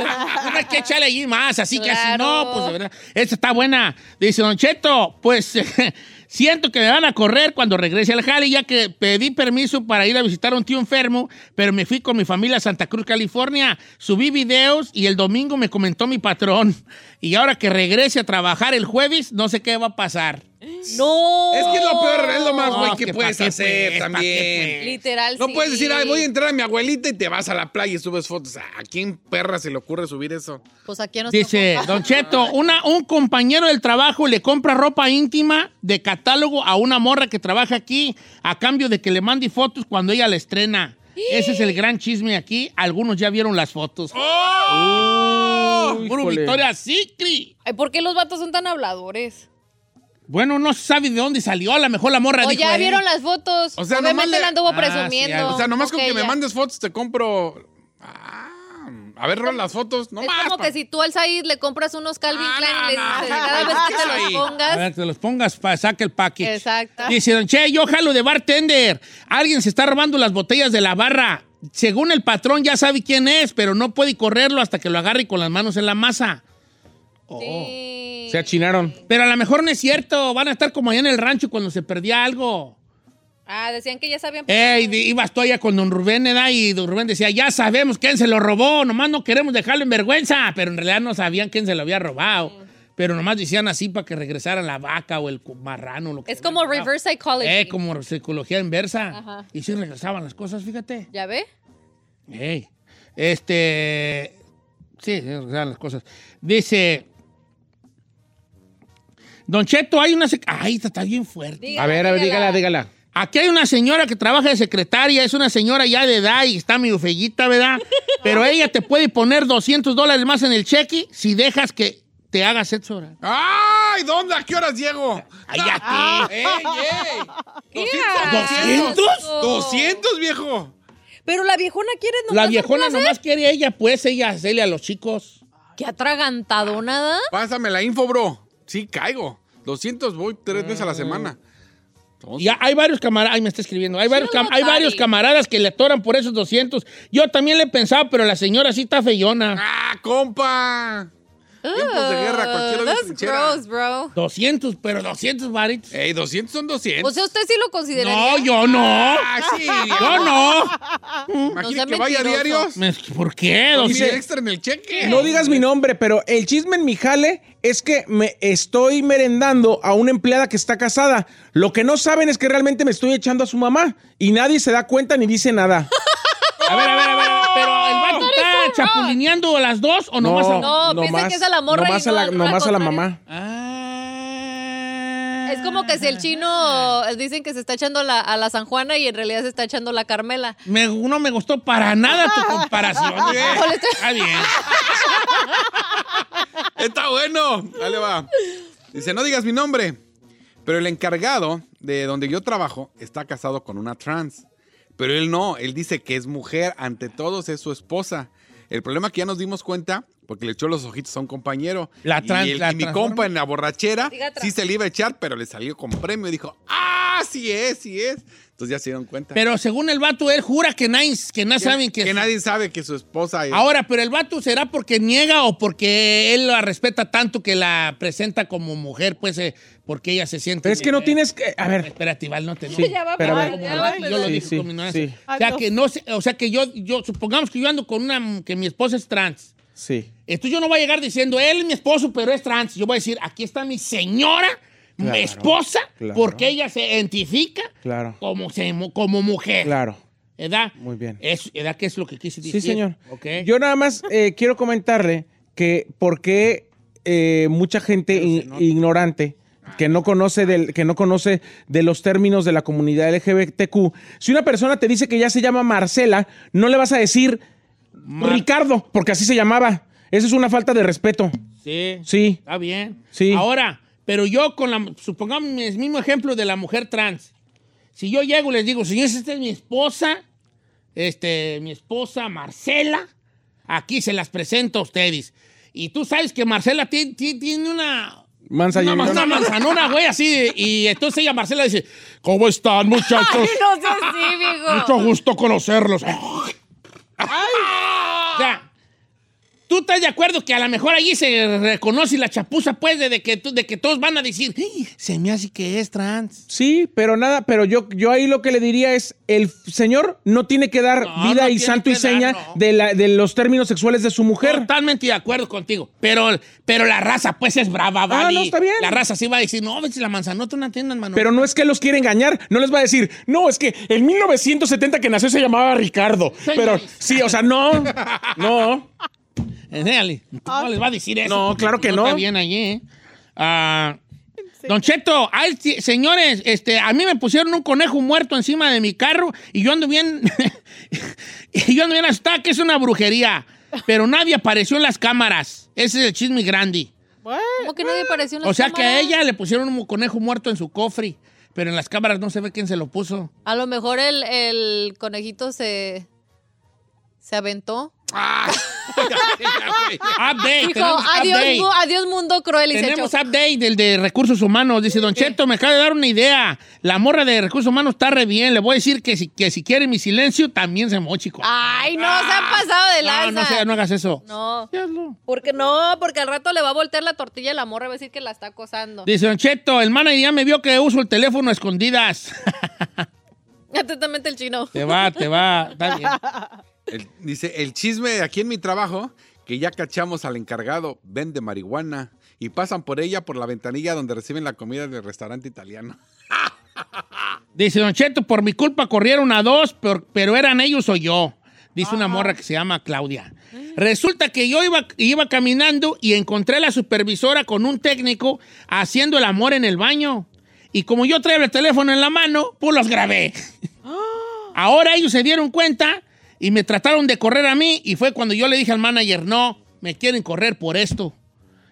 Speaker 3: No hay que echarle allí más, así que así
Speaker 4: Claro.
Speaker 3: no, pues de verdad. Esta está buena. Dice Don Cheto, pues siento que me van a correr cuando regrese al jale, ya que pedí permiso para ir a visitar a un tío enfermo, pero me fui con mi familia a Santa Cruz, California. Subí videos y el domingo me comentó mi patrón. Y ahora que regrese a trabajar el jueves, no sé qué va a pasar.
Speaker 4: No.
Speaker 6: Es que es lo peor, es lo más güey
Speaker 3: No,
Speaker 6: que
Speaker 3: que
Speaker 6: puedes
Speaker 3: pa' qué, pues,
Speaker 6: hacer
Speaker 3: pa' qué,
Speaker 6: también.
Speaker 3: pues.
Speaker 4: Literal.
Speaker 6: No
Speaker 4: sí.
Speaker 6: puedes decir, ay, voy a entrar a mi abuelita y te vas a la playa y subes fotos. ¿A quién perra se le ocurre subir eso?
Speaker 4: Pues aquí no
Speaker 3: Dice, Don Cheto, una, un compañero del trabajo le compra ropa íntima de catálogo a una morra que trabaja aquí a cambio de que le mande fotos cuando ella la estrena. Ese es el gran chisme aquí. Algunos ya vieron las fotos. ¡Oh! Puro
Speaker 5: Híjole.
Speaker 3: Victoria Secret.
Speaker 4: Ay, ¿Por qué los vatos son tan habladores?
Speaker 3: Bueno, no se sabe de dónde salió. A lo mejor la morra
Speaker 4: O
Speaker 3: dijo,
Speaker 4: ya
Speaker 3: eh,
Speaker 4: vieron las fotos.
Speaker 6: O sea,
Speaker 4: Obviamente
Speaker 6: nomás le-
Speaker 4: la anduvo
Speaker 3: Ah, sí,
Speaker 4: presumiendo.
Speaker 3: algo.
Speaker 6: O sea, nomás con
Speaker 4: Ok,
Speaker 6: que me
Speaker 4: ya.
Speaker 6: mandes fotos te compro. Ah, a ver, Ron, las fotos. No
Speaker 4: Es
Speaker 6: más.
Speaker 4: como
Speaker 6: pa-
Speaker 4: que si tú al Said le compras unos Calvin
Speaker 6: Ah,
Speaker 4: Klein y
Speaker 6: no,
Speaker 4: le
Speaker 6: no,
Speaker 4: dices,
Speaker 6: no,
Speaker 4: cada
Speaker 6: no,
Speaker 4: vez que
Speaker 6: ¿qué
Speaker 4: te
Speaker 6: es
Speaker 4: los
Speaker 6: ahí?
Speaker 3: A
Speaker 4: pongas.
Speaker 3: ver, que los pongas, pa- saca el package.
Speaker 4: Exacto.
Speaker 3: Dice, don Che, yo jalo de bartender. Alguien se está robando las botellas de la barra. Según el patrón, ya sabe quién es, pero no puede correrlo hasta que lo agarre con las manos en la masa. Oh.
Speaker 4: Sí.
Speaker 5: Se achinaron.
Speaker 3: Pero a lo mejor no es cierto. Van a estar como allá en el rancho cuando se perdía algo.
Speaker 4: Ah, decían que ya sabían.
Speaker 3: Ey, di- ibas tú allá con don Rubén, ¿verdad? Y don Rubén decía, ya sabemos quién se lo robó, nomás no queremos dejarlo en vergüenza. Pero en realidad no sabían quién se lo había robado. Pero nomás decían así para que regresara la vaca o el cu- marrano. Lo que
Speaker 4: Es
Speaker 3: se
Speaker 4: como
Speaker 3: había robado.
Speaker 4: reverse psychology.
Speaker 3: Eh, como psicología inversa.
Speaker 4: Ajá.
Speaker 3: Y sí regresaban las cosas, fíjate.
Speaker 4: ¿Ya ve?
Speaker 3: Ey. Este. Sí, sí regresaban las cosas. Dice. Don Cheto, hay una. sec- Ay, esta está bien fuerte.
Speaker 4: Dígala,
Speaker 5: A ver, a ver, dígala,
Speaker 4: dígala.
Speaker 5: dígala.
Speaker 3: Aquí hay una señora que trabaja de secretaria, es una señora ya de edad y está medio fellita, ¿verdad? Pero ella te puede poner 200 dólares más en el cheque si dejas que te haga sexo oral.
Speaker 6: ¡Ay! ¿Dónde? ¿A qué horas llego?
Speaker 3: ¡Cállate!
Speaker 6: ¡Ey, ey!
Speaker 4: asco!
Speaker 6: 200, 200, viejo.
Speaker 4: Pero la viejona quiere nomás
Speaker 3: La
Speaker 4: un
Speaker 3: viejona
Speaker 4: placer.
Speaker 3: nomás quiere ella, pues, ella hacerle a los chicos.
Speaker 4: ¿Qué atragantado nada?
Speaker 6: Pásame la info, bro. Sí, caigo. 200 voy tres veces a
Speaker 4: Mm.
Speaker 6: la semana.
Speaker 3: Y ha- hay varios camaradas, ay, me está escribiendo, hay varios, cam-
Speaker 4: no,
Speaker 3: hay
Speaker 4: Tari.
Speaker 3: varios camaradas que le atoran por esos 200. Yo también le pensaba, pero la señora sí está feyona.
Speaker 6: ¡Ah, compa! Tiempos de guerra, cualquiera
Speaker 4: Uh,
Speaker 6: de
Speaker 4: that's
Speaker 6: trinchera.
Speaker 4: gross, bro.
Speaker 3: 200, pero 200 varitos.
Speaker 6: ¡Ey, 200 son 200!
Speaker 4: O sea, usted sí lo consideraría.
Speaker 3: No, yo no.
Speaker 6: ¡Ah, sí!
Speaker 3: Yo no.
Speaker 4: No sea
Speaker 6: Imagínate que vaya
Speaker 4: mentiroso.
Speaker 6: diarios.
Speaker 3: Me- ¿Por qué?
Speaker 6: Y
Speaker 3: 200?
Speaker 6: extra en el cheque.
Speaker 5: No digas mi nombre, pero el chisme en mi jale es que me estoy merendando a una empleada que está casada. Lo que no saben es que realmente me estoy echando a su mamá y nadie se da cuenta ni dice nada.
Speaker 3: A ver, a ver, a ver. Pero el vato está chapulineando a las dos o nomás a-
Speaker 4: No, piensa que es a la morra y
Speaker 5: Nomás
Speaker 4: no
Speaker 5: a la,
Speaker 4: al- al
Speaker 5: nomás a la
Speaker 4: contrario.
Speaker 5: mamá.
Speaker 3: Ah.
Speaker 4: Es Es como que si el chino eh, dicen que se está echando la- a la San Juana y en realidad se está echando la Carmela.
Speaker 3: Me- no me gustó para nada tu comparación. güey.
Speaker 4: este-
Speaker 3: Está bien.
Speaker 6: Está bueno. Dale va. Dice, no digas mi nombre. Pero el encargado de donde yo trabajo está casado con una trans. Pero él no, él dice que es mujer, ante todos es su esposa. El problema es que ya nos dimos cuenta, porque le echó los ojitos a un compañero.
Speaker 3: La trans-
Speaker 6: Y, el-
Speaker 3: la
Speaker 6: y mi
Speaker 3: transforma.
Speaker 6: compa en la borrachera
Speaker 4: Diga trans.
Speaker 6: sí se le iba a echar, pero le salió con premio y dijo, ¡ah, sí es, sí es! Entonces ya se dieron cuenta.
Speaker 3: Pero según el vato, él jura que nadie, que nadie saben que,
Speaker 6: que nadie sabe que su esposa es.
Speaker 3: Ahora, pero el vato será porque niega o porque él la respeta tanto que la presenta como mujer, pues, eh, porque ella se siente.
Speaker 5: Pero es que no
Speaker 3: Eh,
Speaker 5: tienes que. A ver.
Speaker 3: Espérate, Val, no te.
Speaker 4: Pues
Speaker 3: Ah,
Speaker 4: Ya va a
Speaker 5: pero a
Speaker 4: pegar,
Speaker 5: ver.
Speaker 4: ya pues, va a
Speaker 7: Yo
Speaker 3: Yo lo
Speaker 4: pegar.
Speaker 3: dije
Speaker 5: sí,
Speaker 3: con mi ignorancia.
Speaker 5: sí.
Speaker 3: O sea que no sé- o sea que yo, yo, supongamos que yo ando con una que mi esposa es trans.
Speaker 5: Sí.
Speaker 3: Esto yo no voy a llegar diciendo, él es mi esposo, pero es trans. Yo voy a decir, aquí está mi señora,
Speaker 5: Claro,
Speaker 3: mi esposa,
Speaker 5: claro.
Speaker 3: porque ella se identifica
Speaker 5: Claro.
Speaker 3: como, se- como mujer.
Speaker 5: Claro.
Speaker 3: ¿Edad?
Speaker 5: Muy bien.
Speaker 3: Es, ¿Edad qué es lo que quise decir?
Speaker 5: Sí, señor.
Speaker 3: Ok.
Speaker 5: Yo nada más eh, quiero comentarle que por qué eh, mucha gente in- ignorante que no conoce del que no conoce de los términos de la comunidad LGBTQ, si una persona te dice que ya se llama Marcela, no le vas a decir
Speaker 3: Mar-
Speaker 5: Ricardo, porque así se llamaba. Eso es una falta de respeto.
Speaker 3: Sí.
Speaker 5: Sí.
Speaker 3: Está bien.
Speaker 5: Sí.
Speaker 3: Ahora, pero yo con la. Supongamos el mismo ejemplo de la mujer trans. Si yo llego y les digo, señores, esta es mi esposa, este, mi esposa Marcela, aquí se las presento a ustedes. Y tú sabes que Marcela ti- ti- tiene una.
Speaker 5: Mansa
Speaker 3: una,
Speaker 5: llenona.
Speaker 3: una manzanona, güey, así. de- Y entonces ella, Marcela, dice: ¿Cómo están, muchachos?
Speaker 4: No sé así, viejo.
Speaker 3: Mucho
Speaker 5: Oh.
Speaker 3: gusto conocerlos. O sea, ¿tú estás de acuerdo que a lo mejor allí se reconoce la chapuza, pues, de, de que, tú- de que todos van a decir, "Ey, se me hace que es trans?
Speaker 5: Sí, pero nada, pero yo, yo ahí lo que le diría es, el señor no tiene que dar
Speaker 3: No,
Speaker 5: vida
Speaker 3: no
Speaker 5: y
Speaker 3: tiene
Speaker 5: santo
Speaker 3: que
Speaker 5: y seña
Speaker 3: dar, no.
Speaker 5: de, la- de los términos sexuales de su mujer.
Speaker 3: Totalmente de acuerdo contigo. Pero, pero la raza, pues, es brava, ¿vale?
Speaker 5: Ah, no, está bien.
Speaker 3: La raza sí va a decir, no, ves, la manzanota no tiene mano.
Speaker 5: Pero no es que los quiera engañar, no les va a decir, no, es que en 1970 que nació se llamaba Ricardo. Pero
Speaker 3: Señores.
Speaker 5: sí, o sea, no, no.
Speaker 3: Enséñale. No les va a decir eso.
Speaker 5: No,
Speaker 3: porque
Speaker 5: claro que no.
Speaker 3: Está bien allí, ¿eh? Ah, Don Cheto, ay, sí, señores, este, a mí me pusieron un conejo muerto encima de mi carro y yo ando bien, y yo ando bien hasta que es una brujería, pero nadie apareció en las cámaras. Ese es el chisme grande.
Speaker 7: What?
Speaker 4: Como que no me pareció en
Speaker 3: O
Speaker 4: las
Speaker 3: sea que a
Speaker 4: cámaras?
Speaker 3: ella le pusieron un conejo muerto en su cofre, pero en las cámaras no se ve quién se lo puso.
Speaker 4: A lo mejor el, el conejito se. se aventó.
Speaker 3: Update,
Speaker 4: Dijo,
Speaker 3: tenemos
Speaker 4: Ah, adiós,
Speaker 3: update.
Speaker 4: mu- adiós mundo cruel. Y se
Speaker 3: Tenemos
Speaker 4: echó.
Speaker 3: update del de recursos humanos. Dice Don Cheto, me acaba de dar una idea. La morra de recursos humanos está re bien. Le voy a decir que si, que si quiere mi silencio, también se mochico.
Speaker 4: Ay, no, se han pasado de lanza.
Speaker 3: No, no, sea- no hagas eso.
Speaker 4: No,
Speaker 3: Sí, hazlo.
Speaker 4: porque no, porque al rato le va a voltear la tortilla a la morra y va a decir que la está acosando.
Speaker 3: Dice Don Cheto, el manager ya me vio que uso el teléfono a escondidas.
Speaker 4: Atentamente el chino.
Speaker 3: te va, te va. Está bien.
Speaker 6: El- dice, el chisme de aquí en mi trabajo, que ya cachamos al encargado, vende marihuana y pasan por ella por la ventanilla donde reciben la comida del restaurante italiano.
Speaker 3: Dice Don Cheto, por mi culpa corrieron a dos, pero, pero eran ellos o yo. Dice una morra que se llama Claudia. Resulta que yo iba, iba caminando y encontré a la supervisora con un técnico haciendo el amor en el baño. Y como yo traía el teléfono en la mano, pues los grabé. Ahora ellos se dieron cuenta y me trataron de correr a mí. Y fue cuando yo le dije al manager, no, me quieren correr por esto.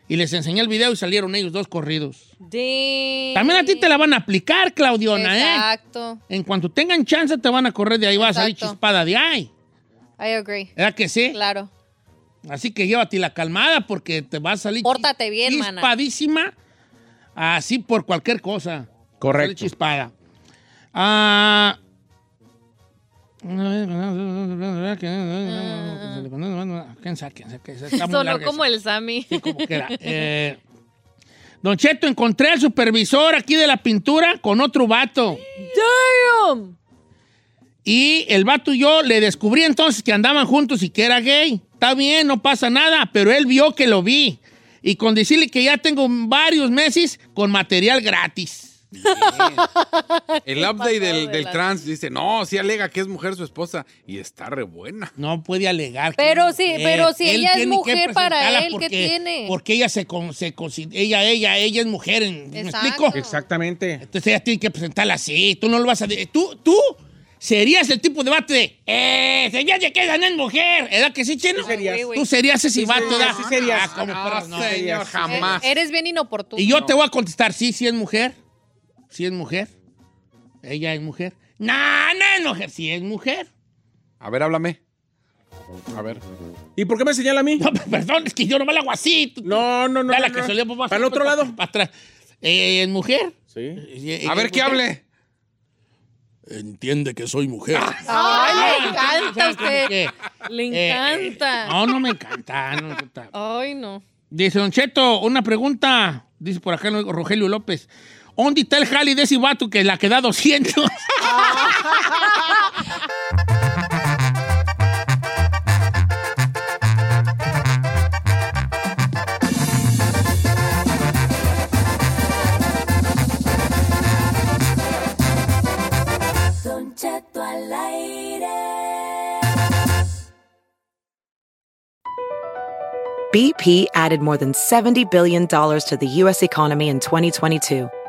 Speaker 3: Y les enseñé el video y salieron ellos dos corridos. También a ti te la van a aplicar, Claudiona, ¿eh?
Speaker 4: Exacto.
Speaker 3: En cuanto tengan chance, te van a correr de ahí. Vas a salir
Speaker 4: Exacto.
Speaker 3: chispada de ahí.
Speaker 4: I agree.
Speaker 3: ¿Verdad que sí?
Speaker 4: Claro.
Speaker 3: Así que llévate la calmada porque te va a salir
Speaker 4: Pórtate
Speaker 3: chis-
Speaker 4: bien, mana.
Speaker 3: chispadísima. Así por cualquier cosa. Sale
Speaker 5: Correcto.
Speaker 3: chispada. Ah. ¿Quién sabe? ¿Quién sabe? Está muy
Speaker 4: Sonó
Speaker 3: larga
Speaker 4: como
Speaker 3: esa.
Speaker 4: el Sammy.
Speaker 3: Sí, como quiera. Eh, Don Cheto, encontré al supervisor aquí de la pintura con otro vato.
Speaker 4: ¡Damn!
Speaker 3: Y el vato y yo le descubrí entonces que andaban juntos y que era gay. Está bien, no pasa nada, pero él vio que lo vi. Y con decirle que ya tengo varios meses con material gratis.
Speaker 6: El update
Speaker 4: pasado
Speaker 6: del,
Speaker 4: de
Speaker 6: del
Speaker 4: lanza.
Speaker 6: trans dice, no, sí alega que es mujer su esposa y está re buena.
Speaker 3: No puede alegar. que
Speaker 4: Pero
Speaker 3: es
Speaker 4: sí,
Speaker 3: mujer.
Speaker 4: pero si ella es
Speaker 3: tiene que
Speaker 4: mujer para
Speaker 3: presentarla
Speaker 4: él, ¿qué
Speaker 3: porque-
Speaker 4: tiene?
Speaker 3: Porque ella se, con- se consi- ella, ella, ella es mujer. en- ¿Me
Speaker 4: Exacto.
Speaker 3: explico?
Speaker 5: Exactamente.
Speaker 3: Entonces ella tiene que presentarla así. Tú no lo vas a. de- Tú, tú serías el tipo de debate de. ¡Eh! Se me hace que esa no es mujer. ¿Era que sí, chino?
Speaker 5: Tú serías.
Speaker 3: Tú serías ese vato, ¿verdad?
Speaker 5: sí serías.
Speaker 3: Ah, como
Speaker 6: No,
Speaker 3: perras, no.
Speaker 6: señor,
Speaker 5: Sí,
Speaker 6: jamás.
Speaker 4: Eh, Eres bien inoportuno.
Speaker 3: Y yo te voy a contestar, sí, sí es mujer. Sí es mujer. Ella es mujer. No, no es mujer. Sí es mujer.
Speaker 6: A ver, háblame. A ver.
Speaker 5: ¿Y por qué me señala a mí?
Speaker 3: No, perdón, es que yo no me la hago así. Tú-
Speaker 5: No, no, no.
Speaker 3: Da la
Speaker 5: no,
Speaker 3: que
Speaker 5: no.
Speaker 3: solía, pues, más
Speaker 5: Para el otro
Speaker 3: para-
Speaker 5: lado.
Speaker 3: Para atrás. Eh, es mujer. Eh,
Speaker 5: Sí.
Speaker 6: A ver, que hable.
Speaker 3: Entiende que soy mujer.
Speaker 4: Ay, le
Speaker 3: Ah,
Speaker 4: encanta a
Speaker 3: ¿sabes cómo
Speaker 4: usted.
Speaker 3: que?
Speaker 4: Le
Speaker 3: Eh, eh,
Speaker 4: encanta.
Speaker 3: no, no me encanta. no me encanta.
Speaker 4: Ay, no.
Speaker 3: Dice Don Cheto, una pregunta. Dice por acá Rogelio López. ¿Dónde está el jali de ese vato que la que da 200?
Speaker 8: Don Cheto al aire.
Speaker 1: BP added more than $70 billion to the U.S. economy in 2022